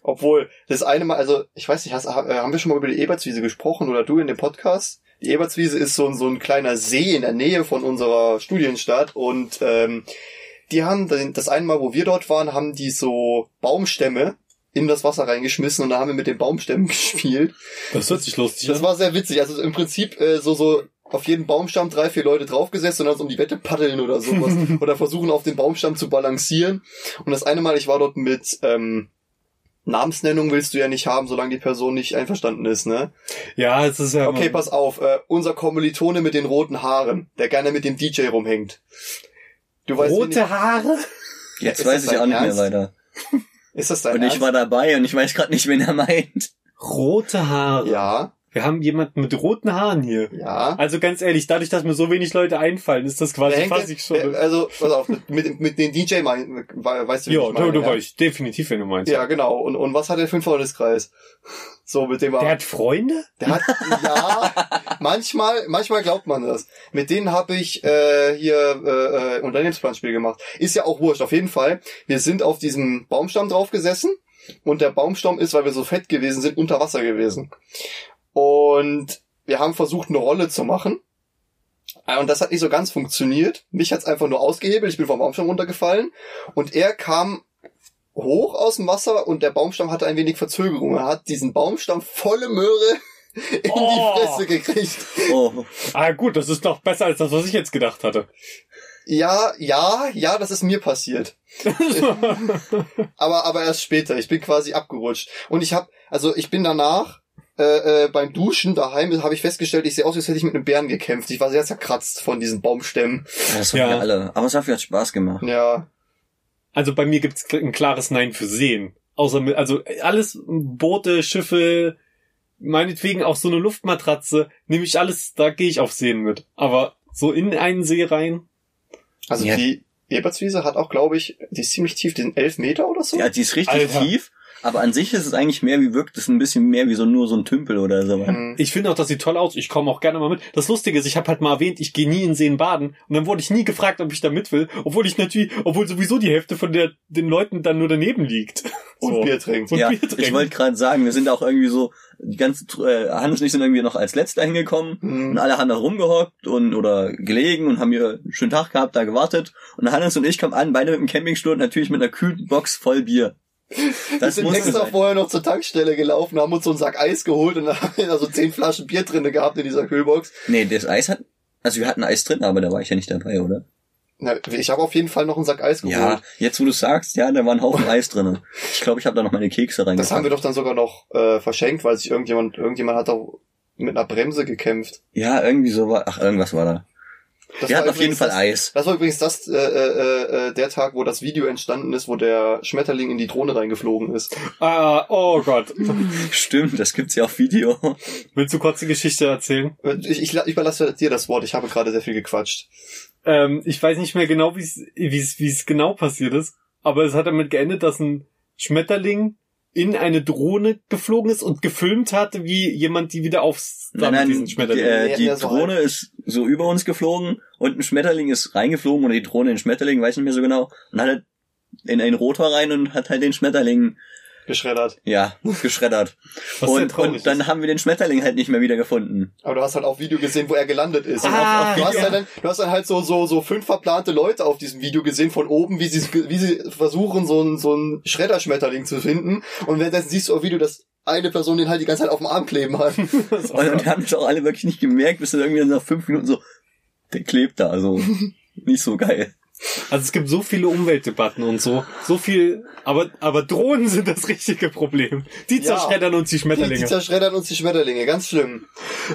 Speaker 3: Obwohl, das eine Mal, also, ich weiß nicht, hast, ha- äh, haben wir schon mal über die Ebertswiese gesprochen oder du in dem Podcast? Die Ebertswiese ist so, ein- so ein kleiner See in der Nähe von unserer Studienstadt und ähm, die haben den- das eine Mal, wo wir dort waren, haben die so Baumstämme in das Wasser reingeschmissen und da haben wir mit den Baumstämmen gespielt.
Speaker 1: das hört sich lustig
Speaker 3: Das
Speaker 1: an.
Speaker 3: war sehr witzig. Also im Prinzip äh, so so auf jeden Baumstamm drei, vier Leute draufgesetzt und dann so um die Wette paddeln oder sowas. oder versuchen auf den Baumstamm zu balancieren. Und das eine Mal, ich war dort mit ähm, Namensnennung willst du ja nicht haben, solange die Person nicht einverstanden ist, ne?
Speaker 1: Ja, es ist ja.
Speaker 3: Okay, pass auf. Äh, unser Kommilitone mit den roten Haaren, der gerne mit dem DJ rumhängt. Du weißt, wen
Speaker 1: Rote Haare?
Speaker 2: Jetzt
Speaker 3: ist
Speaker 2: weiß
Speaker 3: das
Speaker 2: ich auch
Speaker 3: dein
Speaker 2: nicht
Speaker 3: Ernst?
Speaker 2: mehr weiter.
Speaker 3: ich, ist das dein
Speaker 2: und ich war dabei und ich weiß gerade nicht, wen er meint.
Speaker 1: Rote Haare.
Speaker 3: Ja,
Speaker 1: Wir haben jemanden mit roten Haaren hier.
Speaker 3: ja.
Speaker 1: Also ganz ehrlich, dadurch, dass mir so wenig Leute einfallen, ist das
Speaker 3: Wer
Speaker 1: quasi
Speaker 3: hängt
Speaker 1: fast
Speaker 3: denn-
Speaker 1: schon.
Speaker 3: wer- also, pass auf, mit, mit, mit den DJ mein, weißt du, wen
Speaker 1: ja,
Speaker 3: ich meine,
Speaker 1: du, du
Speaker 3: ja?
Speaker 1: weißt definitiv, wenn du meinst.
Speaker 3: Ja, genau. Und, und was hat der für einen Freundeskreis? So, mit dem war.
Speaker 1: Der hat Freunde?
Speaker 3: Der hat ja, manchmal, manchmal glaubt man das. Mit denen habe ich äh, hier äh, äh, Unternehmensplanspiel gemacht. Ist ja auch wurscht, auf jeden Fall. Wir sind auf diesem Baumstamm drauf gesessen und der Baumstamm ist, weil wir so fett gewesen sind, unter Wasser gewesen. Und wir haben versucht, eine Rolle zu machen. Ah, Und das hat nicht so ganz funktioniert. Mich hat's einfach nur ausgehebelt, ich bin vom Baumstamm runtergefallen und er kam hoch aus dem Wasser und der Baumstamm hatte ein wenig Verzögerung. Er hat diesen Baumstamm volle Möhre in
Speaker 1: Oh.
Speaker 3: die Fresse gekriegt.
Speaker 2: Oh,
Speaker 1: Ah gut, das ist doch besser als das, was ich jetzt gedacht hatte.
Speaker 3: Ja, ja, ja, das ist mir passiert. aber, aber erst später. Ich bin quasi abgerutscht. Und ich habe, also ich bin danach äh, äh, beim Duschen daheim, habe ich festgestellt, ich sehe aus, als hätte ich mit einem Bären gekämpft. Ich war sehr zerkratzt von diesen Baumstämmen.
Speaker 2: das waren
Speaker 1: Ja.
Speaker 2: wir alle. Aber es hat viel Spaß gemacht.
Speaker 3: Ja,
Speaker 1: Also bei mir gibt's kl- ein klares Nein für Seen. Außer mit, also alles Boote, Schiffe, meinetwegen auch so eine Luftmatratze, nehme ich alles, da gehe ich auf Seen mit. Aber so in einen See rein.
Speaker 3: also
Speaker 2: Ja.
Speaker 3: die Ebertswiese hat auch, glaube ich, die ist ziemlich tief, die sind elf Meter oder so.
Speaker 2: Ja, die ist richtig
Speaker 1: Alter.
Speaker 2: tief, aber an sich ist es eigentlich mehr wie wirkt es ein bisschen mehr wie so nur so ein Tümpel oder so.
Speaker 3: Hm.
Speaker 1: Ich finde auch, das sieht toll aus. Ich komme auch gerne mal mit. Das Lustige ist, ich habe halt mal erwähnt, ich gehe nie in Seen baden. Und dann wurde ich nie gefragt, ob ich da mit will. Obwohl ich natürlich, obwohl sowieso die Hälfte von der, den Leuten dann nur daneben liegt.
Speaker 3: Und
Speaker 1: So.
Speaker 3: Bier trinkt.
Speaker 1: Und
Speaker 2: ja,
Speaker 1: Bier trinken.
Speaker 2: ich wollte gerade sagen, wir sind auch irgendwie so, die ganze Tru- äh, Hannes und ich sind irgendwie noch als letzter hingekommen und
Speaker 3: Hm.
Speaker 2: alle haben da rumgehockt und oder gelegen und haben hier einen schönen Tag gehabt, da gewartet. Und Hannes und ich kamen an, beide mit dem Campingstuhl und natürlich mit einer kühlen Box voll Bier. Das
Speaker 3: wir sind
Speaker 2: muss
Speaker 3: extra
Speaker 2: sein.
Speaker 3: vorher noch zur Tankstelle gelaufen, haben uns so einen Sack Eis geholt und haben da so zehn Flaschen Bier drinne gehabt in dieser Kühlbox.
Speaker 2: Nee, das Eis hat. Also wir hatten Eis drin, aber da war ich ja nicht dabei, oder?
Speaker 3: Na, ich habe auf jeden Fall noch einen Sack Eis geholt.
Speaker 2: Ja, jetzt wo du sagst, ja, da war ein Haufen Eis drin. Ich glaube, ich habe da noch meine Kekse
Speaker 3: Das haben wir
Speaker 2: reingepackt.
Speaker 3: doch dann sogar noch äh, verschenkt, weil sich irgendjemand, irgendjemand hat doch mit einer Bremse gekämpft.
Speaker 2: Ja, irgendwie so war. Ach, irgendwas war da.
Speaker 3: Das
Speaker 2: wir
Speaker 3: war
Speaker 2: hatten auf jeden
Speaker 3: übrigens
Speaker 2: Fall
Speaker 3: das,
Speaker 2: Eis.
Speaker 3: Das war übrigens das, äh, äh, äh, der Tag, wo das Video entstanden ist, wo der Schmetterling in die Drohne reingeflogen ist.
Speaker 1: Ah, oh Gott.
Speaker 2: Stimmt, das gibt's ja auf Video.
Speaker 1: Willst du kurz die Geschichte erzählen?
Speaker 3: Ich, ich la- überlasse dir das Wort, ich habe gerade sehr viel gequatscht.
Speaker 1: Ähm, ich weiß nicht mehr genau, wie es wie's, wie's genau passiert ist, aber es hat damit geendet, dass ein Schmetterling in eine Drohne geflogen ist und gefilmt hat, wie jemand die wieder aufs
Speaker 2: Nein,
Speaker 1: damit
Speaker 2: nein,
Speaker 1: diesen
Speaker 2: die,
Speaker 1: Schmetterling.
Speaker 2: äh,
Speaker 3: Ja,
Speaker 2: die
Speaker 3: ja, so
Speaker 2: Drohne ist so über uns geflogen und ein Schmetterling ist reingeflogen oder die Drohne in den Schmetterling, weiß nicht mehr so genau. Und hat halt in einen Rotor rein und hat halt den Schmetterling
Speaker 3: Geschreddert.
Speaker 2: Ja, geschreddert.
Speaker 1: Was sehr
Speaker 2: und,
Speaker 1: traurig
Speaker 2: und dann haben wir den Schmetterling halt nicht mehr wiedergefunden.
Speaker 3: Aber du hast halt auch Video gesehen, wo er gelandet ist. Und
Speaker 1: Ah,
Speaker 3: auf, auf, du, hast
Speaker 1: Video.
Speaker 3: halt dann, du hast dann halt so, so, so fünf verplante Leute auf diesem Video gesehen von oben, wie sie, wie sie versuchen, so einen, so einen Schredderschmetterling zu finden. Und währenddessen siehst du auf Video, dass eine Person den halt die ganze Zeit auf dem Arm kleben hat.
Speaker 1: Das ist auch
Speaker 2: Und, und haben es auch alle wirklich nicht gemerkt, bis dann irgendwie nach fünf Minuten so, der klebt da, also nicht so geil.
Speaker 1: Also es gibt so viele Umweltdebatten und so, so viel, aber, aber Drohnen sind das richtige Problem. Die
Speaker 3: Ja.
Speaker 1: zerschreddern uns die
Speaker 3: Die,
Speaker 1: Schmetterlinge.
Speaker 3: die zerschreddern uns die Schmetterlinge, ganz schlimm.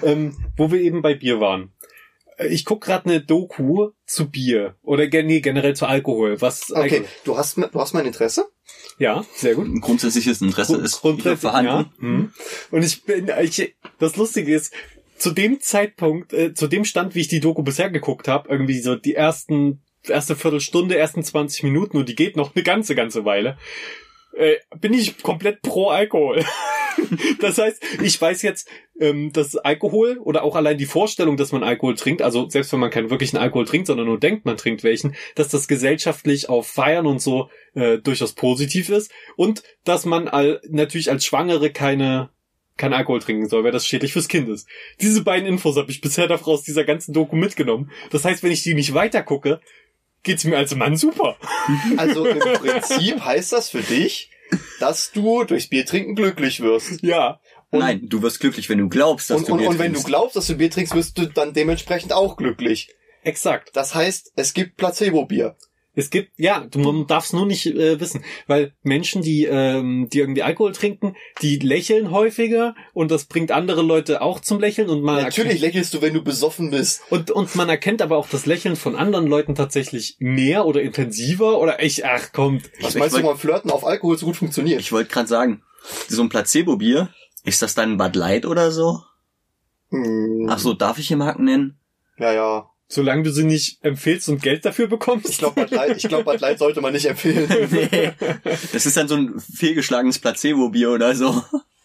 Speaker 1: ähm, wo wir eben bei Bier waren. Äh, Ich guck gerade eine Doku zu Bier oder gen- nee, generell zu Alkohol. Was
Speaker 3: Okay,
Speaker 1: Alkohol-
Speaker 2: Also-
Speaker 3: du hast, du hast mein Interesse?
Speaker 1: Ja, sehr gut.
Speaker 2: Grundsätzliches Interesse
Speaker 1: Grund-
Speaker 2: ist wieder
Speaker 1: grundsätzlich,
Speaker 2: vorhanden.
Speaker 1: ja. Mhm. Und ich bin, ich, das Lustige ist, zu dem Zeitpunkt, äh, zu dem Stand, wie ich die Doku bisher geguckt habe, irgendwie so die ersten, erste Viertelstunde, ersten 20 Minuten und die geht noch eine ganze, ganze Weile, äh, bin ich komplett pro Alkohol. das heißt, ich weiß jetzt, ähm, dass Alkohol oder auch allein die Vorstellung, dass man Alkohol trinkt, also selbst wenn man keinen wirklichen Alkohol trinkt, sondern nur denkt, man trinkt welchen, dass das gesellschaftlich auf Feiern und so äh, durchaus positiv ist und dass man all, natürlich als Schwangere keine kein Alkohol trinken soll, weil das schädlich fürs Kind ist. Diese beiden Infos habe ich bisher davor aus dieser ganzen Doku mitgenommen. Das heißt, wenn ich die nicht weiter gucke, geht's mir als Mann super.
Speaker 3: Also im Prinzip heißt das für dich, dass du durchs Bier trinken glücklich wirst.
Speaker 1: Ja,
Speaker 3: Und-
Speaker 2: Nein, du wirst glücklich, wenn du glaubst, dass
Speaker 3: Und,
Speaker 2: du
Speaker 3: und,
Speaker 2: Bier
Speaker 3: und wenn du
Speaker 2: trinkst.
Speaker 3: glaubst, dass du Bier trinkst, wirst du dann dementsprechend auch glücklich.
Speaker 1: exakt.
Speaker 3: Das heißt, es gibt Placebo-Bier.
Speaker 1: Es gibt ja, du man darf's nur nicht äh, wissen, weil Menschen, die ähm, die irgendwie Alkohol trinken, die lächeln häufiger und das bringt andere Leute auch zum Lächeln
Speaker 2: Ah,
Speaker 1: und man
Speaker 3: Natürlich lächelst du, wenn du besoffen bist.
Speaker 1: Und, und man erkennt aber auch das Lächeln von anderen Leuten tatsächlich mehr oder intensiver oder echt, ach kommt.
Speaker 3: Was
Speaker 2: Also Ich-
Speaker 3: meinst
Speaker 2: ich
Speaker 3: du, warum Flirten auf Alkohol so gut funktioniert?
Speaker 2: Ich wollte gerade sagen, so ein Placebo-Bier, ist das dann Bud Light oder so?
Speaker 3: Hm,
Speaker 2: Ach so, darf ich hier Marken nennen?
Speaker 3: ja, ja.
Speaker 1: Solange du sie nicht empfehlst und Geld dafür bekommst.
Speaker 3: Ich glaube, Bud, Light- ich glaub, halt Bud Light sollte man nicht empfehlen.
Speaker 2: Nee. Das ist dann so ein fehlgeschlagenes Placebo-Bier oder so.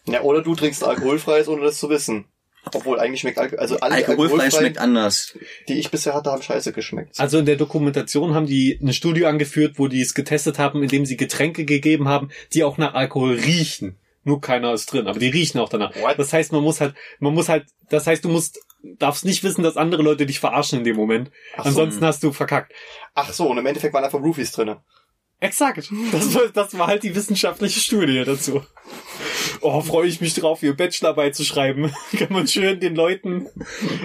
Speaker 3: Ja, oder du trinkst ein alkoholfreies, ohne das zu wissen. Obwohl, eigentlich schmeckt Alkohol... Also alle
Speaker 2: Alkoholfrei
Speaker 3: alkoholfreien,
Speaker 2: schmeckt anders.
Speaker 3: die ich bisher hatte, haben scheiße geschmeckt.
Speaker 1: Also in der Dokumentation haben die eine Studie angeführt, wo die es getestet haben, indem sie Getränke gegeben haben, die auch nach Alkohol riechen. Nur keiner ist drin, aber die riechen auch danach.
Speaker 3: What?
Speaker 1: Das heißt, man muss halt, man muss halt, das heißt, du musst, darfst nicht wissen, dass andere Leute dich verarschen in dem Moment.
Speaker 3: Ach so.
Speaker 1: Ansonsten hast du verkackt.
Speaker 3: Ach so, und im Endeffekt waren einfach Roofies drinne.
Speaker 1: Exakt. Das war, das war halt die wissenschaftliche Studie dazu. Oh, freue ich mich drauf, ihr Bachelorarbeit zu schreiben. Kann man schön den Leuten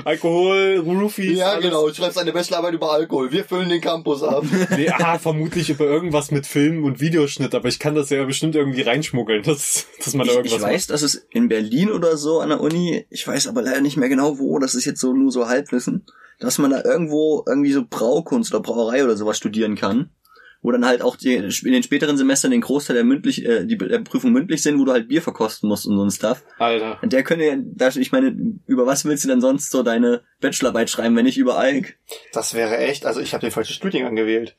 Speaker 1: Alkohol, Roofies.
Speaker 3: Ja,
Speaker 1: alles-
Speaker 3: genau. Du schreibst eine Bachelorarbeit über Alkohol. Wir füllen den Campus ab.
Speaker 1: Nee, ah, vermutlich über irgendwas mit Film und Videoschnitt, aber ich kann das ja bestimmt irgendwie reinschmuggeln, dass, dass man
Speaker 2: Ich,
Speaker 1: da irgendwas
Speaker 2: ich weiß, dass es in Berlin oder so an der Uni, ich weiß aber leider nicht mehr genau wo, das ist jetzt so nur so Halbwissen, dass man da irgendwo irgendwie so Braukunst oder Brauerei oder sowas studieren kann. Wo dann halt auch die, in den späteren Semestern den Großteil der mündlich, äh, die, der Prüfung mündlich sind, wo du halt Bier verkosten musst und so ein Stuff.
Speaker 1: macht. Alter.
Speaker 2: Und der könnte ja, da- ich meine, über was willst du denn sonst so deine Bachelorarbeit schreiben, wenn nicht über Alk?
Speaker 3: Das wäre echt. Also ich habe den falschen Studiengang gewählt.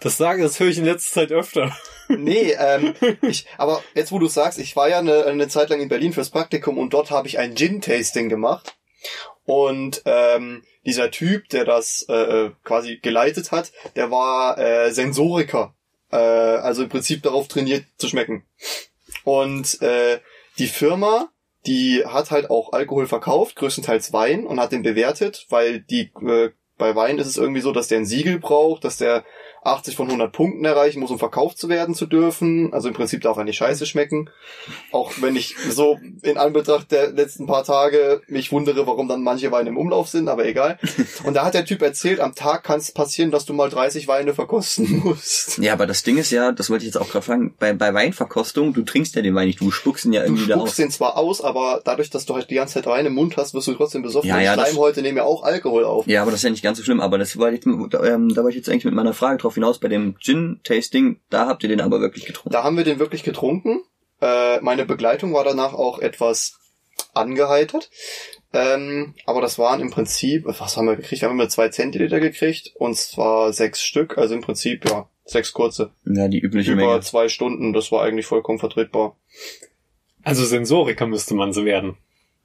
Speaker 1: Das sage, das höre ich in letzter Zeit öfter.
Speaker 3: Nee, ähm, ich, aber jetzt wo du sagst, ich war ja eine, eine Zeit lang in Berlin fürs Praktikum und dort habe ich ein Gin-Tasting gemacht. Und ähm, dieser Typ, der das äh, quasi geleitet hat, der war äh, Sensoriker. Äh, also im Prinzip darauf trainiert zu schmecken. Und äh, die Firma, die hat halt auch Alkohol verkauft, größtenteils Wein, und hat den bewertet, weil die äh, bei Wein ist es irgendwie so, dass der ein Siegel braucht, dass der 80 von 100 Punkten erreichen muss, um verkauft zu werden zu dürfen. Also im Prinzip darf er nicht scheiße schmecken. Auch wenn ich so in Anbetracht der letzten paar Tage mich wundere, warum dann manche Weine im Umlauf sind, aber egal. Und da hat der Typ erzählt, am Tag kann es passieren, dass du mal 30 Weine verkosten musst.
Speaker 2: Ja, aber das Ding ist ja, das wollte ich jetzt auch gerade fragen, bei, bei Weinverkostung, du trinkst ja den Wein nicht, du spuckst ihn ja
Speaker 3: Du
Speaker 2: irgendwie wieder
Speaker 3: spuckst
Speaker 2: aus.
Speaker 3: den zwar aus, aber dadurch, dass du halt die ganze Zeit rein im Mund hast, wirst du trotzdem besoffen.
Speaker 2: Ja, ja,
Speaker 3: Und
Speaker 2: das-
Speaker 3: Schleimhäute nehmen ja auch Alkohol auf.
Speaker 2: Ja, aber das ist ja nicht ganz so schlimm, aber das war jetzt, ähm, da war ich jetzt eigentlich mit meiner Frage drauf hinaus, bei dem Gin-Tasting, da habt ihr den aber wirklich getrunken.
Speaker 3: Da haben wir den wirklich getrunken. Äh, meine Begleitung war danach auch etwas angeheitert. Ähm, aber das waren im Prinzip, was haben wir gekriegt? Wir haben immer zwei Zentiliter gekriegt und zwar sechs Stück, also im Prinzip ja sechs kurze
Speaker 2: Ja, die übliche
Speaker 3: über
Speaker 2: Menge.
Speaker 3: zwei Stunden. Das war eigentlich vollkommen vertretbar,
Speaker 1: Also Sensoriker müsste man so werden.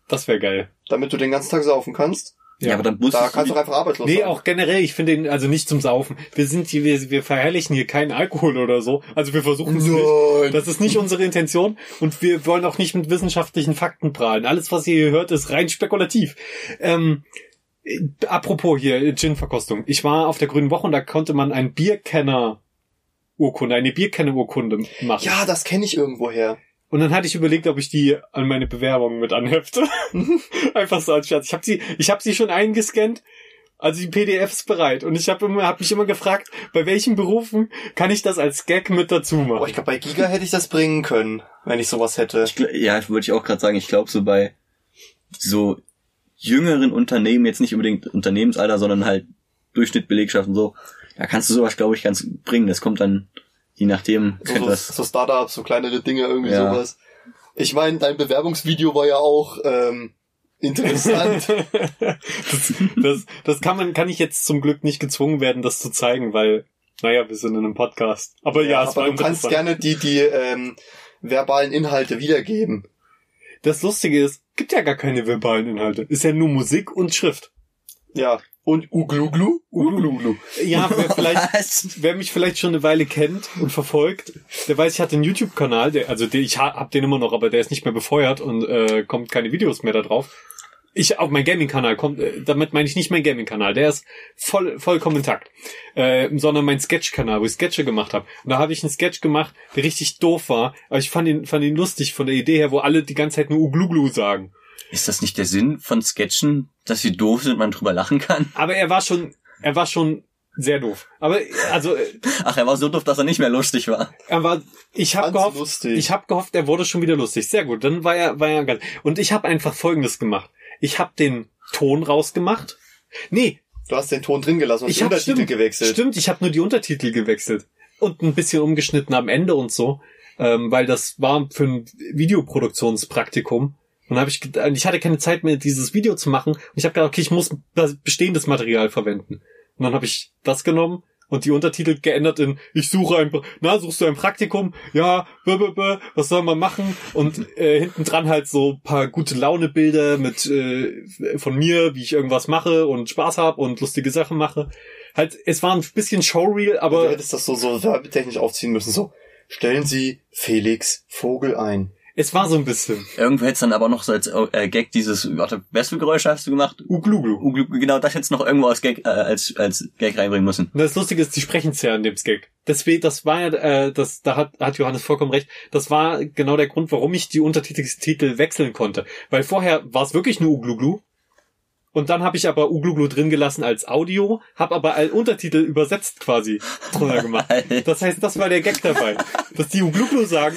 Speaker 1: Das wäre geil.
Speaker 3: damit du den ganzen Tag saufen kannst.
Speaker 2: Ja, aber dann musst
Speaker 3: Da
Speaker 2: du
Speaker 3: kannst du doch einfach arbeitslos
Speaker 1: Nee,
Speaker 3: sein.
Speaker 1: auch generell, ich finde ihn, also nicht zum Saufen. Wir sind hier, wir, wir verherrlichen hier keinen Alkohol oder so. Also wir
Speaker 2: Oh
Speaker 1: versuchen es nicht.
Speaker 3: Nein.
Speaker 1: Das ist nicht unsere Intention und wir wollen auch nicht mit wissenschaftlichen Fakten prahlen. Alles, was ihr hier hört, ist rein spekulativ. Ähm, äh, apropos hier, äh, Gin-Verkostung. Ich war auf der Grünen Woche und da konnte man ein Bierkenner-Urkunde, eine Bierkenner-Urkunde machen.
Speaker 3: Ja, das kenne ich irgendwoher.
Speaker 1: Und dann hatte ich überlegt, ob ich die an meine Bewerbung mit anhefte. Einfach so als Scherz. Ich habe sie, ich hab sie schon eingescannt. Also die PDF ist bereit. Und ich habe immer, hab mich immer gefragt, bei welchen Berufen kann ich das als Gag mit dazu machen?
Speaker 3: Boah, Oh, ich glaube, bei Giga hätte ich das bringen können, wenn ich sowas hätte.
Speaker 2: Ich, gl- ja, würde ich auch gerade sagen, ich glaube so bei so jüngeren Unternehmen, jetzt nicht unbedingt Unternehmensalter, sondern halt Durchschnitt Belegschaft und so, da kannst du sowas, glaube ich, ganz bringen. Das kommt dann, je nachdem,
Speaker 3: So,
Speaker 2: könnte
Speaker 3: so,
Speaker 2: das.
Speaker 3: so Startups, so kleinere Dinge, irgendwie
Speaker 2: Ja.
Speaker 3: sowas. Ich meine, dein Bewerbungsvideo war ja auch ähm, interessant.
Speaker 1: das, das, das kann man, kann ich jetzt zum Glück nicht gezwungen werden, das zu zeigen, weil, naja, wir sind in einem Podcast. Aber ja, es war
Speaker 3: aber du kannst
Speaker 1: interessant.
Speaker 3: gerne die, die ähm, verbalen Inhalte wiedergeben.
Speaker 1: Das Lustige ist, gibt ja gar keine verbalen Inhalte. Ist ja nur Musik und Schrift.
Speaker 3: Ja. Und Ugluglu? Ugluglu.
Speaker 1: Ja, wer vielleicht,
Speaker 2: Was?
Speaker 1: wer mich vielleicht schon eine Weile kennt und verfolgt, der weiß, ich hatte einen YouTube-Kanal, der, also der, ich ha- hab den immer noch, aber der ist nicht mehr befeuert und äh, kommt keine Videos mehr da drauf. Ich, auch mein Gaming-Kanal kommt, äh, damit meine ich nicht mein Gaming-Kanal, der ist voll, vollkommen intakt. Äh, sondern mein Sketch-Kanal, wo ich Sketche gemacht habe. Und da habe ich einen Sketch gemacht, der richtig doof war, aber ich fand ihn, fand ihn lustig von der Idee her, wo alle die ganze Zeit nur Ugluglu sagen.
Speaker 2: Ist das nicht der Sinn von Sketchen, dass sie doof sind, man drüber lachen kann?
Speaker 1: Aber er war schon, er war schon sehr doof. Aber also äh,
Speaker 2: Ach, er war so doof, dass er nicht mehr lustig war.
Speaker 1: er war, ich habe
Speaker 3: Ganz
Speaker 1: gehofft,
Speaker 3: lustig.
Speaker 1: ich habe gehofft, er wurde schon wieder lustig. Sehr gut, dann war er, war er ganz. Und ich habe einfach Folgendes gemacht. Ich habe den Ton rausgemacht. Nee,
Speaker 3: Du hast den Ton drin gelassen und
Speaker 1: ich
Speaker 3: den
Speaker 1: habe
Speaker 3: Untertitel
Speaker 1: stimmt,
Speaker 3: gewechselt.
Speaker 1: stimmt, ich habe nur die Untertitel gewechselt und ein bisschen umgeschnitten am Ende und so, ähm, weil das war für ein Videoproduktionspraktikum. Und habe ich, ged- ich hatte keine Zeit mehr, dieses Video zu machen. Und ich habe gedacht, okay, ich muss das- bestehendes Material verwenden. Und dann habe ich das genommen und die Untertitel geändert in Ich suche ein, Pra- na suchst du ein Praktikum? Ja, bäh, bäh, bäh, was soll man machen? Und äh, hinten dran halt so paar gute Laune Bilder mit äh, von mir, wie ich irgendwas mache und Spaß hab und lustige Sachen mache. Halt, es war ein bisschen Showreel,
Speaker 3: du
Speaker 1: aber
Speaker 3: hättest das so, so werbetechnisch aufziehen müssen. So, stellen Sie Felix Vogel ein.
Speaker 1: es war so ein bisschen.
Speaker 2: Irgendwo hätte es dann aber noch so als äh, Gag dieses, warte, was für Geräusche hast du gemacht?
Speaker 1: Ugluglu.
Speaker 2: Unglück- Genau, das hättest du noch irgendwo als Gag, äh, als, als Gag reinbringen müssen.
Speaker 1: Und das Lustige ist, die sprechen ja in dem Skag. Deswegen, das war ja, äh, das, da hat, hat Johannes vollkommen recht. Das war genau der Grund, warum ich die Untertitel wechseln konnte. Weil vorher war es wirklich nur Ugluglu. Und dann habe ich aber Ugluglu drin gelassen als Audio, habe aber all Untertitel übersetzt quasi drunter gemacht. Das heißt, das war der Gag dabei. Dass die Ugluglu sagen,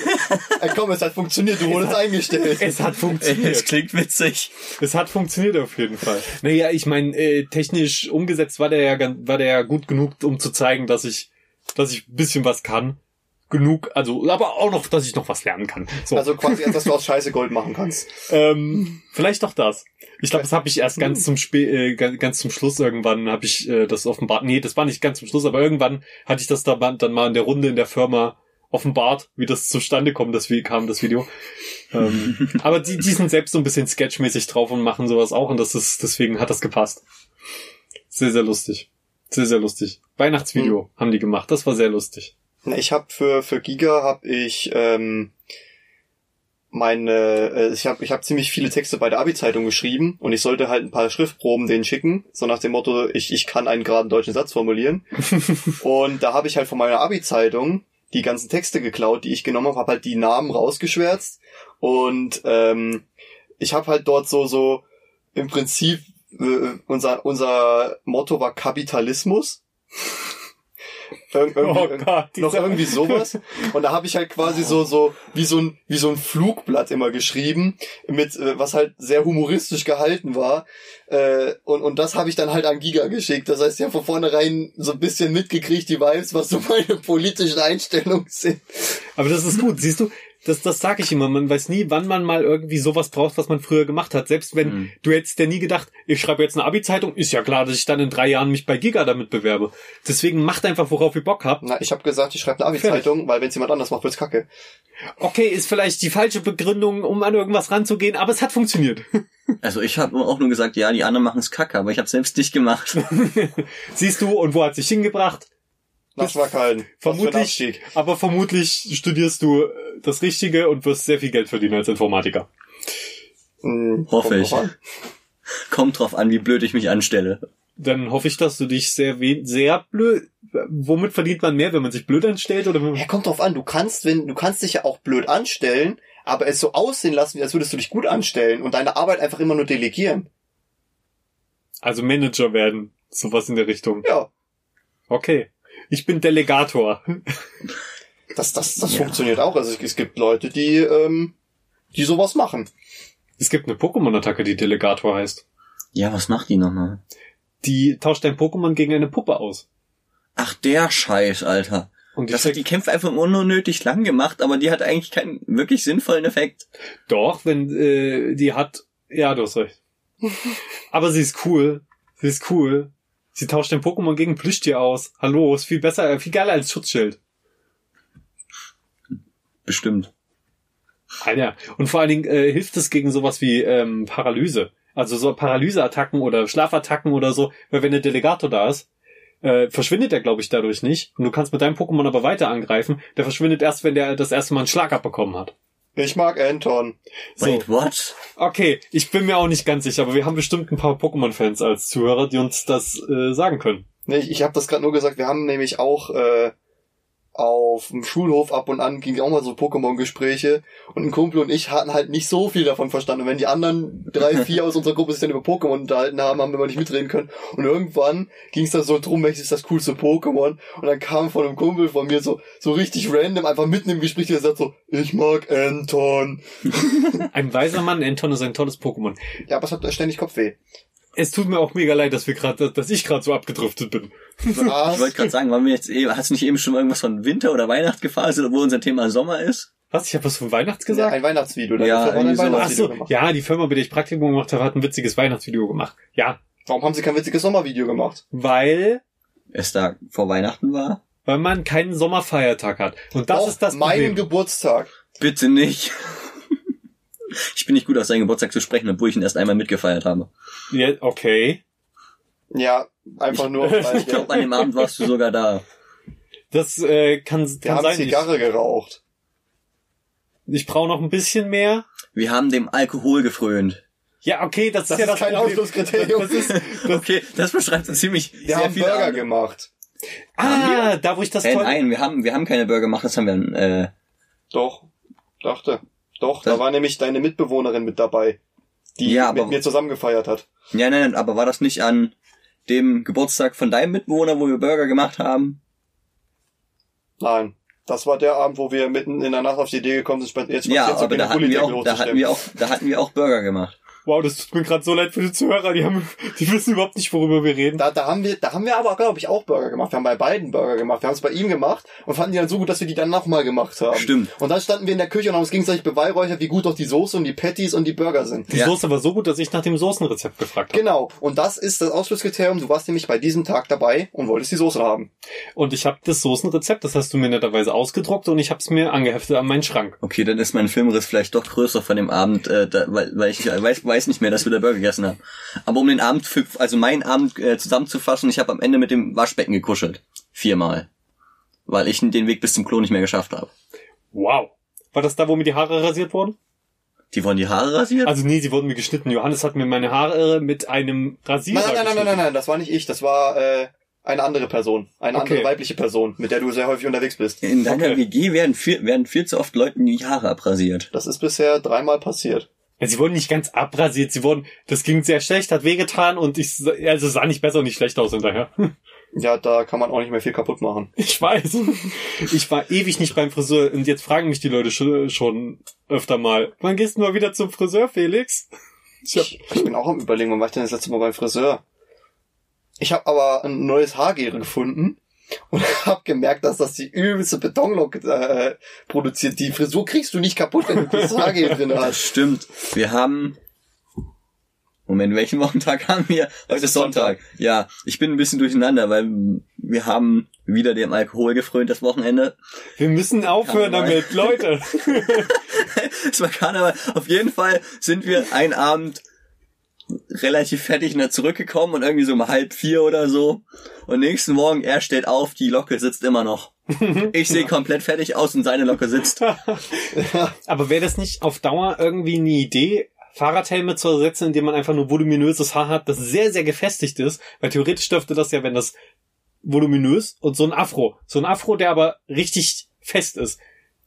Speaker 3: Ey, Äh, komm, es hat funktioniert, du wurdest eingestellt.
Speaker 1: es hat funktioniert.
Speaker 2: Es klingt witzig.
Speaker 1: Es hat funktioniert auf jeden Fall. Naja, ich meine, äh, technisch umgesetzt war der ja gan- war der ja gut genug, um zu zeigen, dass ich, dass ich ein bisschen was kann. Genug, also, aber auch noch, dass ich noch was lernen kann. So, also,
Speaker 3: Also quasi, dass du aus Scheiße Gold machen kannst.
Speaker 1: ähm, vielleicht doch das. Ich glaube, das habe ich erst
Speaker 3: Hm.
Speaker 1: ganz zum Spä äh, ganz, ganz zum Schluss irgendwann habe ich äh, das offenbart. Nee, das war nicht ganz zum Schluss, aber irgendwann hatte ich das da mal- dann mal in der Runde in der Firma offenbart, wie das zustande kommt, das wie kam das Video. ähm, aber die, die sind selbst so ein bisschen sketchmäßig drauf und machen sowas auch und das ist, deswegen hat das gepasst. Sehr, sehr lustig. Sehr, sehr lustig.
Speaker 3: Hm.
Speaker 1: Weihnachtsvideo haben die gemacht. Das war sehr lustig.
Speaker 3: Na, Ich habe für für Giga habe ich ähm, meine äh, ich habe ich habe ziemlich viele Texte bei der Abi Zeitung geschrieben und ich sollte halt ein paar Schriftproben denen schicken, so nach dem Motto, ich ich kann einen geraden deutschen Satz formulieren. und da habe ich halt von meiner Abi Zeitung die ganzen Texte geklaut, die ich genommen habe, habe halt die Namen rausgeschwärzt und ähm, ich habe halt dort so so im Prinzip äh, unser unser Motto war Kapitalismus. Irg-
Speaker 1: Oh
Speaker 3: irgendwie-
Speaker 1: Gott,
Speaker 3: noch
Speaker 1: dieser-
Speaker 3: irgendwie sowas. Und da habe ich halt quasi so so wie so ein wie so ein Flugblatt immer geschrieben, mit äh, was halt sehr humoristisch gehalten war. Äh, und und das habe ich dann halt an Giga geschickt. Das heißt, ja von vornherein so ein bisschen mitgekriegt die Vibes, was so meine politischen Einstellungen sind.
Speaker 1: Aber das ist gut, siehst du? Das, das sag ich immer. Man weiß nie, wann man mal irgendwie sowas braucht, was man früher gemacht hat. Selbst wenn
Speaker 2: Mhm.
Speaker 1: du hättest ja nie gedacht, ich schreibe jetzt eine Abi-Zeitung, ist ja klar, dass ich dann in drei Jahren mich bei Giga damit bewerbe. Deswegen macht einfach, worauf ihr Bock habt.
Speaker 3: Na, ich habe gesagt, ich schreibe eine Abi-Zeitung, weil wenn es jemand anders macht, wird's kacke.
Speaker 1: Okay, ist vielleicht die falsche Begründung, um an irgendwas ranzugehen, aber es hat funktioniert.
Speaker 2: Also ich habe auch nur gesagt, ja, die anderen machen es kacke, aber ich habe selbst nicht gemacht.
Speaker 1: Siehst du, und wo hat sich hingebracht?
Speaker 3: Das war kein.
Speaker 1: Vermutlich, aber vermutlich studierst du äh, das Richtige und wirst sehr viel Geld verdienen als Informatiker.
Speaker 2: Hoffe ich. Kommt drauf an, wie blöd ich mich anstelle.
Speaker 1: Dann hoffe ich, dass du dich sehr wen sehr blöd. Womit verdient man mehr, wenn man sich blöd anstellt oder wenn man
Speaker 3: Ja, kommt drauf an. Du kannst, wenn, du kannst dich ja auch blöd anstellen, aber es so aussehen lassen, als würdest du dich gut anstellen und deine Arbeit einfach immer nur delegieren.
Speaker 1: also Manager werden, sowas in der Richtung.
Speaker 3: Ja.
Speaker 1: Okay. Ich bin Delegator.
Speaker 3: Das, das, das
Speaker 2: Ja.
Speaker 3: funktioniert auch. Also es- es gibt Leute, die, ähm, die sowas machen.
Speaker 1: Es gibt eine Pokémon-Attacke, die Delegator heißt.
Speaker 2: Ja, was macht die nochmal?
Speaker 1: Die tauscht dein Pokémon gegen eine Puppe aus.
Speaker 2: Ach, der Scheiß, Alter.
Speaker 1: Und die
Speaker 2: Das hat die
Speaker 1: steckt,
Speaker 2: Kämpfe einfach unnötig lang gemacht, aber die hat eigentlich keinen wirklich sinnvollen Effekt.
Speaker 1: doch, wenn äh, die hat. Ja, du hast recht. Aber sie ist cool. Sie ist cool. Sie tauscht dein Pokémon gegen ein Plüschtier aus. Hallo, ist viel besser, äh, viel geiler als Schutzschild.
Speaker 2: Bestimmt.
Speaker 1: Alter. Und vor allen Dingen äh, hilft es gegen sowas wie ähm, Paralyse. Also so Paralyseattacken oder Schlafattacken oder so, weil wenn der Delegator da ist, äh, verschwindet er, glaube ich, dadurch nicht. Und du kannst mit deinem Pokémon aber weiter angreifen. Der verschwindet erst, wenn der das erste Mal einen Schlag abbekommen hat.
Speaker 3: Ich mag Anton.
Speaker 1: So,
Speaker 2: Wait, what?
Speaker 1: okay, ich bin mir auch nicht ganz sicher, aber wir haben bestimmt ein paar Pokémon-Fans als Zuhörer, die uns das äh, sagen können.
Speaker 3: Ne, ich ich habe das gerade nur gesagt, wir haben nämlich auch äh, auf dem Schulhof ab und an ging auch mal so Pokémon-Gespräche und ein Kumpel und ich hatten halt nicht so viel davon verstanden. Und wenn die anderen drei, vier aus unserer Gruppe sich dann über Pokémon unterhalten haben, haben wir mal nicht mitreden können. Und irgendwann ging es dann so drum, welches ist das coolste Pokémon. Und dann kam von einem Kumpel von mir so so richtig random, einfach mitten im Gespräch, der sagt so, ich mag Anton.
Speaker 1: Ein weiser Mann, Anton ist ein tolles Pokémon.
Speaker 3: Ja, aber es hat ständig Kopfweh.
Speaker 1: Es tut mir auch mega leid, dass wir gerade, dass ich gerade so abgedriftet bin.
Speaker 2: Ich wollte gerade sagen, waren wir jetzt eben, hast du nicht eben schon irgendwas von Winter oder Weihnacht gefaselt, obwohl unser Thema Sommer ist?
Speaker 1: Was? Ich habe was von Weihnachts
Speaker 3: Ja,
Speaker 1: gesagt?
Speaker 3: ein Weihnachtsvideo. da
Speaker 2: Ja,
Speaker 3: gibt's doch mal ein
Speaker 2: irgendwie sowas.
Speaker 1: Ach
Speaker 3: Weihnachtsvideo
Speaker 1: so,
Speaker 3: gemacht.
Speaker 1: ja, die Firma, bei der ich Praktikum gemacht habe, hat ein witziges Weihnachtsvideo gemacht. Ja,
Speaker 3: Warum haben sie kein witziges Sommervideo gemacht?
Speaker 1: weil
Speaker 2: Es da vor Weihnachten war?
Speaker 1: weil man keinen Sommerfeiertag hat. Und das
Speaker 3: Auch
Speaker 1: ist das
Speaker 3: meinen
Speaker 1: Problem.
Speaker 3: Geburtstag.
Speaker 2: Bitte nicht. Ich bin nicht gut auf seinen Geburtstag zu sprechen, obwohl ich ihn erst einmal mitgefeiert habe.
Speaker 1: ja, okay,
Speaker 3: Ja, einfach nur. Weil
Speaker 2: Ich glaube, an dem Abend warst du sogar da.
Speaker 1: das äh, kann,
Speaker 3: wir
Speaker 1: kann
Speaker 3: haben
Speaker 1: sein. Ich,
Speaker 3: Zigarre geraucht.
Speaker 1: ich brauche noch ein bisschen mehr.
Speaker 2: Wir haben dem Alkohol gefrönt.
Speaker 1: Ja, okay, das, ist ja das Problem. Das ist, das,
Speaker 2: Okay, das beschreibt so ziemlich
Speaker 3: Wir haben
Speaker 2: viele
Speaker 3: Burger
Speaker 2: Abende.
Speaker 3: gemacht.
Speaker 1: ah, da wo ich das
Speaker 2: Äh,
Speaker 1: toll.
Speaker 2: nein, wir haben, wir haben keine Burger gemacht, das haben wir an, äh,
Speaker 3: Doch, dachte. Doch,
Speaker 2: Das-
Speaker 3: da war nämlich deine Mitbewohnerin mit dabei, die
Speaker 2: Ja,
Speaker 3: mit
Speaker 2: aber-
Speaker 3: mir zusammen gefeiert hat.
Speaker 2: ja, nein, nein, aber war das nicht an dem Geburtstag von deinem Mitbewohner, wo wir Burger gemacht haben?
Speaker 3: Nein, das war der Abend, wo wir mitten in der Nacht auf die Idee gekommen sind, spa- jetzt
Speaker 2: Ja,
Speaker 3: spazieren zu
Speaker 2: aber
Speaker 3: gehen um
Speaker 2: da
Speaker 3: und
Speaker 2: hatten, wir
Speaker 3: Gullideckel
Speaker 2: auch, da hatten wir
Speaker 3: hochzustemmen.
Speaker 2: auch, da hatten wir auch Burger gemacht.
Speaker 1: Wow, das tut mir gerade so leid für die Zuhörer. Die haben, die wissen überhaupt nicht, worüber wir reden.
Speaker 3: Da, da haben wir, da haben wir aber, glaube ich, auch Burger gemacht. Wir haben bei beiden Burger gemacht. Wir haben es bei ihm gemacht und fanden die dann so gut, dass wir die dann nochmal gemacht haben.
Speaker 2: Stimmt.
Speaker 3: Und dann standen wir in der Küche und haben uns gegenseitig beweihräuchert, wie gut doch die Soße und die Patties und die Burger sind.
Speaker 1: Die
Speaker 2: Ja.
Speaker 1: Soße war so gut, dass ich nach dem Soßenrezept gefragt habe.
Speaker 3: Genau, und das ist das Ausschlusskriterium. Du warst nämlich bei diesem Tag dabei und wolltest die Soße haben.
Speaker 1: Und ich habe das Soßenrezept, das hast du mir netterweise ausgedruckt und ich habe es mir angeheftet an meinen Schrank.
Speaker 2: Okay, dann ist mein Filmriss vielleicht doch größer von dem Abend, äh, da, weil, weil ich äh, weiß, weiß nicht mehr, dass wir da Burger gegessen haben. Aber um den Abend, für, also meinen Abend äh, zusammenzufassen, ich habe am Ende mit dem Waschbecken gekuschelt. Viermal. Weil ich den Weg bis zum Klo nicht mehr geschafft habe.
Speaker 1: Wow. War das da, wo mir die Haare rasiert wurden?
Speaker 2: Die wollen die Haare rasiert?
Speaker 1: Also nee, sie wurden mir geschnitten. Johannes hat mir meine Haare äh, mit einem Rasierer
Speaker 3: Nein, nein, nein, nein, nein, nein, nein, das war nicht ich, das war äh, eine andere Person. Eine
Speaker 1: Okay.
Speaker 3: andere weibliche Person, mit der du sehr häufig unterwegs bist.
Speaker 2: In deiner
Speaker 1: Okay.
Speaker 2: WG werden viel, werden viel zu oft Leuten die Haare abrasiert.
Speaker 3: Das ist bisher dreimal passiert.
Speaker 1: Ja, Sie wurden nicht ganz abrasiert. Sie wurden, das ging sehr schlecht, hat wehgetan und ich, also sah nicht besser und nicht schlecht aus hinterher.
Speaker 3: Ja, da kann man auch nicht mehr viel kaputt machen.
Speaker 1: Ich weiß. Ich war ewig nicht beim Friseur und jetzt fragen mich die Leute schon, schon öfter mal, wann gehst du mal wieder zum Friseur, Felix? Ich hab,
Speaker 3: Ich, ich bin auch am überlegen, wann war ich denn das letzte Mal beim Friseur? Ich habe aber ein neues Haargel gefunden und habe gemerkt, dass das die übelste Betonlok äh, produziert. Die Frisur kriegst du nicht kaputt, wenn du das Haargel drin
Speaker 2: Das
Speaker 3: hast.
Speaker 2: stimmt. Wir haben. Moment, welchen Wochentag haben wir?
Speaker 3: Es
Speaker 2: Heute
Speaker 3: ist
Speaker 2: ist Sonntag. Ja, ich bin ein bisschen durcheinander, weil wir haben wieder dem Alkohol gefrönt das Wochenende.
Speaker 1: wir müssen aufhören
Speaker 2: Kann man.
Speaker 1: damit, Leute.
Speaker 2: Es war Karneval. Auf jeden Fall sind wir einen Abend relativ fertig nach zurückgekommen und irgendwie so um halb vier oder so. Und nächsten Morgen, er steht auf, die Locke sitzt immer noch. Ich sehe komplett fertig aus und seine Locke sitzt.
Speaker 1: Aber wäre das nicht auf Dauer irgendwie eine Idee, Fahrradhelme zu ersetzen, indem man einfach nur voluminöses Haar hat, das sehr, sehr gefestigt ist? Weil theoretisch dürfte das ja, wenn das voluminös und so ein Afro. So ein Afro, der aber richtig fest ist.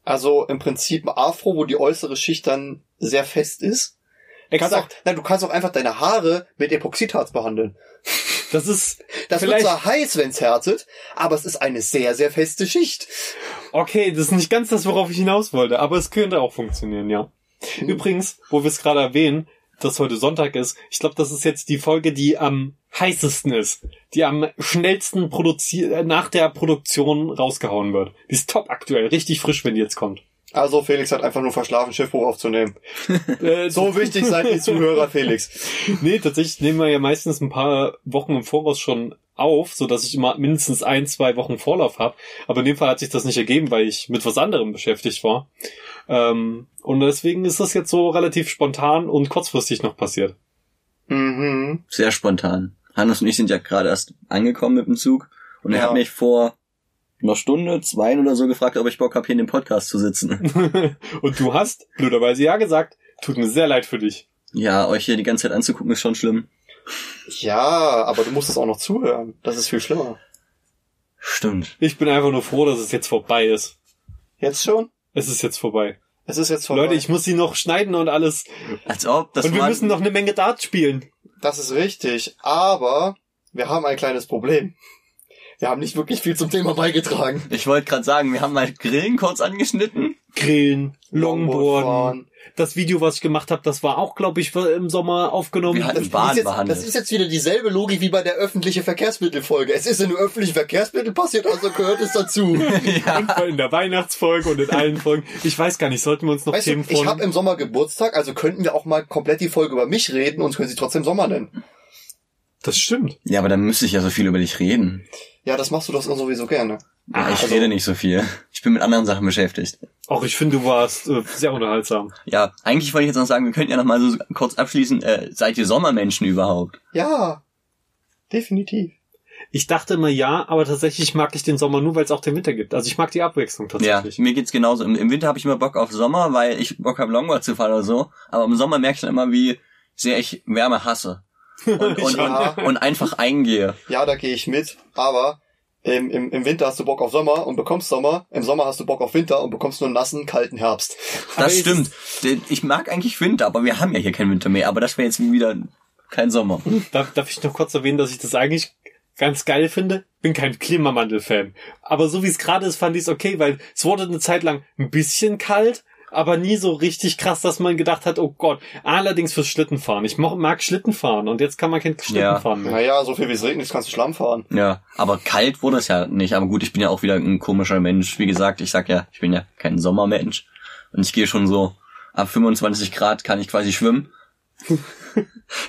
Speaker 3: Also im Prinzip ein Afro, wo die äußere Schicht dann sehr fest ist. Du kannst auch,
Speaker 1: Exakt.
Speaker 3: nein, du kannst auch einfach deine Haare mit Epoxidharz behandeln.
Speaker 1: Das ist
Speaker 3: Das
Speaker 1: vielleicht,
Speaker 3: wird zwar heiß, wenn's härtet, aber es ist eine sehr, sehr feste Schicht.
Speaker 1: okay, das ist nicht ganz das, worauf ich hinaus wollte, aber es könnte auch funktionieren, ja. Übrigens, wo wir es gerade erwähnen, dass heute Sonntag ist, ich glaube, das ist jetzt die Folge, die am heißesten ist, die am schnellsten produziert, äh, nach der Produktion rausgehauen wird. Die ist top aktuell, richtig frisch, wenn die jetzt kommt.
Speaker 3: Also Felix hat einfach nur verschlafen, Schiffbruch aufzunehmen.
Speaker 1: Äh,
Speaker 3: So wichtig seid ihr Zuhörer, Felix.
Speaker 1: Nee, tatsächlich nehmen wir ja meistens ein paar Wochen im Voraus schon auf, so dass ich immer mindestens ein, zwei Wochen Vorlauf habe. Aber in dem Fall hat sich das nicht ergeben, weil ich mit was anderem beschäftigt war. Ähm, und deswegen ist das jetzt so relativ spontan und kurzfristig noch passiert.
Speaker 3: Mhm.
Speaker 2: Sehr spontan. Hannes und ich sind ja gerade erst angekommen mit dem Zug und er
Speaker 3: Ja.
Speaker 2: hat mich vor einer Stunde, zwei oder so gefragt, ob ich Bock habe, hier in dem Podcast zu sitzen.
Speaker 1: und du hast blöderweise ja gesagt. Tut mir sehr leid für dich.
Speaker 2: Ja, euch hier die ganze Zeit anzugucken ist schon schlimm.
Speaker 3: Ja, aber du musst es auch noch zuhören. Das ist viel schlimmer.
Speaker 2: Stimmt.
Speaker 1: Ich bin einfach nur froh, dass es jetzt vorbei ist.
Speaker 3: Jetzt schon?
Speaker 1: Es ist jetzt vorbei.
Speaker 3: Es ist jetzt vorbei.
Speaker 1: Leute, ich muss sie noch schneiden und alles.
Speaker 2: Als ob das
Speaker 1: und wir
Speaker 2: war-
Speaker 1: müssen noch eine Menge Dart spielen.
Speaker 3: Das ist richtig, aber wir haben ein kleines Problem. Wir haben nicht wirklich viel zum Thema beigetragen.
Speaker 2: Ich wollte gerade sagen, wir haben mal Grillen kurz angeschnitten.
Speaker 1: Grillen, Longboarden,
Speaker 3: fahren.
Speaker 1: das Video, was ich gemacht habe, das war auch, glaube ich, im Sommer aufgenommen.
Speaker 2: Wir hatten
Speaker 3: Das,
Speaker 2: Bahn
Speaker 3: ist jetzt,
Speaker 2: behandelt.
Speaker 3: das ist jetzt wieder dieselbe Logik wie bei der öffentliche Verkehrsmittelfolge. Es ist in einem öffentlichen Verkehrsmittel passiert, also gehört es dazu.
Speaker 1: Und in der Weihnachtsfolge und in allen Folgen. Ich weiß gar nicht, sollten wir uns noch
Speaker 3: Weißt du,
Speaker 1: Themen
Speaker 3: ich
Speaker 1: von...
Speaker 3: habe im Sommer Geburtstag, also könnten wir auch mal komplett die Folge über mich reden und können sie trotzdem Sommer nennen.
Speaker 1: das stimmt.
Speaker 2: Ja, aber dann müsste ich ja so viel über dich reden.
Speaker 3: Ja, das machst du doch sowieso gerne.
Speaker 2: Ja, ich
Speaker 3: also-
Speaker 2: rede nicht so viel. Ich bin mit anderen Sachen beschäftigt.
Speaker 1: Auch ich finde, du warst äh, sehr unterhaltsam.
Speaker 2: Ja, eigentlich wollte ich jetzt noch sagen, wir könnten ja noch mal so kurz abschließen, äh, seid ihr Sommermenschen überhaupt?
Speaker 3: Ja, definitiv.
Speaker 1: Ich dachte immer ja, aber tatsächlich mag ich den Sommer nur, weil es auch den Winter gibt. Also ich mag die Abwechslung
Speaker 2: Ja,
Speaker 1: tatsächlich.
Speaker 2: mir geht's genauso. Im, im Winter habe ich immer Bock auf Sommer, weil ich Bock habe, Longboard zu fahren oder so. Aber im Sommer merke ich dann immer, wie sehr ich Wärme hasse. Und, und,
Speaker 3: Ja.
Speaker 2: und, und einfach eingehe.
Speaker 3: Ja, da gehe ich mit, aber im, im, im Winter hast du Bock auf Sommer und bekommst Sommer, im Sommer hast du Bock auf Winter und bekommst nur einen nassen, kalten Herbst.
Speaker 1: Aber
Speaker 2: Das
Speaker 1: ist-
Speaker 2: stimmt. Denn Ich mag eigentlich Winter, aber wir haben ja hier keinen Winter mehr. Aber das wäre jetzt wieder kein Sommer.
Speaker 1: Darf, darf ich noch kurz erwähnen, dass ich das eigentlich ganz geil finde? Bin kein Klimamandel-Fan. Aber so wie es gerade ist, fand ich es okay, weil es wurde eine Zeit lang ein bisschen kalt, aber nie so richtig krass, dass man gedacht hat, oh Gott. Allerdings fürs Schlittenfahren. Ich mo- mag Schlittenfahren und jetzt kann man kein Schlittenfahren mehr.
Speaker 3: Naja, so viel wie es regnet, kannst du Schlamm fahren.
Speaker 2: Ja, aber kalt wurde es ja nicht. Aber gut, ich bin ja auch wieder ein komischer Mensch. Wie gesagt, ich sag ja, ich bin ja kein Sommermensch. Und ich gehe schon so, ab 25 Grad kann ich quasi schwimmen.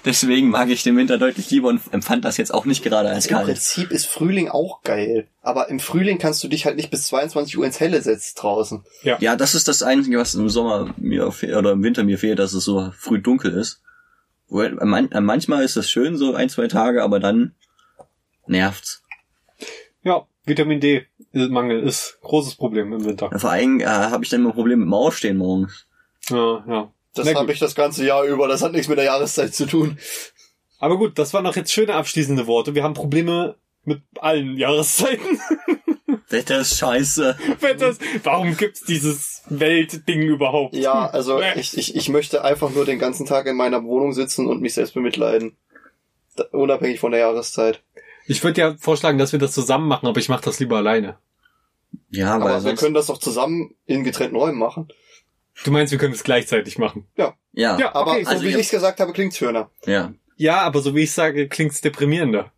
Speaker 2: Deswegen mag ich den Winter deutlich lieber und empfand das jetzt auch nicht gerade als
Speaker 3: Im
Speaker 2: kalt.
Speaker 3: Prinzip ist Frühling auch geil, aber im Frühling kannst du dich halt nicht bis 22 Uhr ins Helle setzen draußen.
Speaker 2: Ja, das ist das Einzige, was im Sommer mir fehlt, oder im Winter mir fehlt, dass es so früh dunkel ist. Wo- man- äh, Manchmal ist das schön, so ein, zwei Tage, aber dann nervt's.
Speaker 1: Ja, Vitamin D-Mangel ist großes Problem im Winter.
Speaker 2: Vor allem äh, habe ich dann immer ein Problem mit dem Aufstehen morgens.
Speaker 1: Ja, ja.
Speaker 3: Das
Speaker 1: Na gut.
Speaker 3: habe ich das ganze Jahr über, das hat nichts mit der Jahreszeit zu tun.
Speaker 1: Aber gut, das waren noch jetzt schöne abschließende Worte. Wir haben Probleme mit allen Jahreszeiten.
Speaker 2: Wetter ist scheiße.
Speaker 1: Wenn das- Warum gibt's dieses Weltding überhaupt?
Speaker 3: Ja, also
Speaker 1: Nee.
Speaker 3: ich, ich, ich möchte einfach nur den ganzen Tag in meiner Wohnung sitzen und mich selbst bemitleiden. Da, unabhängig von der Jahreszeit.
Speaker 1: Ich würde ja vorschlagen, dass wir das zusammen machen, aber ich mache das lieber alleine.
Speaker 2: Ja,
Speaker 3: Aber,
Speaker 2: weil
Speaker 3: wir
Speaker 2: sonst,
Speaker 3: können das doch zusammen in getrennten Räumen machen.
Speaker 1: Du meinst, wir können es gleichzeitig machen?
Speaker 2: ja, ja,
Speaker 1: Ja.
Speaker 3: Aber
Speaker 1: Okay,
Speaker 3: so
Speaker 2: also
Speaker 3: wie
Speaker 2: ihr-
Speaker 3: ich's gesagt habe, klingt's schöner.
Speaker 1: Ja, aber so wie ich sage, klingt's deprimierender.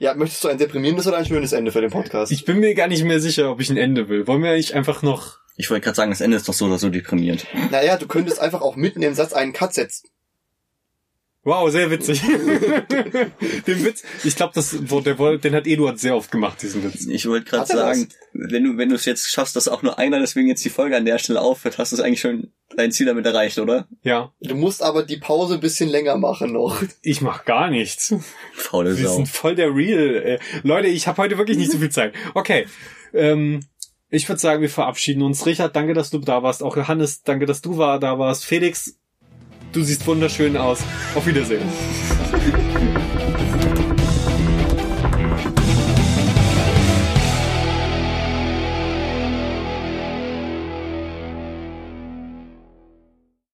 Speaker 3: Ja, möchtest du ein deprimierendes oder ein schönes Ende für den Podcast?
Speaker 1: Ich bin mir gar nicht mehr sicher, ob ich ein Ende will. Wollen wir eigentlich einfach noch...
Speaker 2: Ich wollte gerade sagen, das Ende ist doch so oder so deprimiert.
Speaker 3: naja, du könntest einfach auch mitten im Satz einen Cut setzen.
Speaker 1: Wow, sehr witzig. den Witz, ich glaube, das, der, woll- den hat Eduard sehr oft gemacht, diesen Witz.
Speaker 2: Ich wollte gerade
Speaker 3: Hat er das?
Speaker 2: sagen, wenn du wenn du es jetzt schaffst, dass auch nur einer deswegen jetzt die Folge an der Stelle aufhört, hast du es eigentlich schon dein Ziel damit erreicht, oder?
Speaker 1: Ja,
Speaker 3: Du musst aber die Pause ein bisschen länger machen noch.
Speaker 1: ich mach gar nichts.
Speaker 2: Faule
Speaker 1: Wir
Speaker 2: Sau.
Speaker 1: sind voll der Real. Äh, Leute, ich habe heute wirklich nicht so viel Zeit. Okay. Ähm, ich würde sagen, wir verabschieden uns. Richard, danke, dass du da warst. Auch Johannes, danke, dass du war, da warst. Felix, du siehst wunderschön aus. Auf Wiedersehen.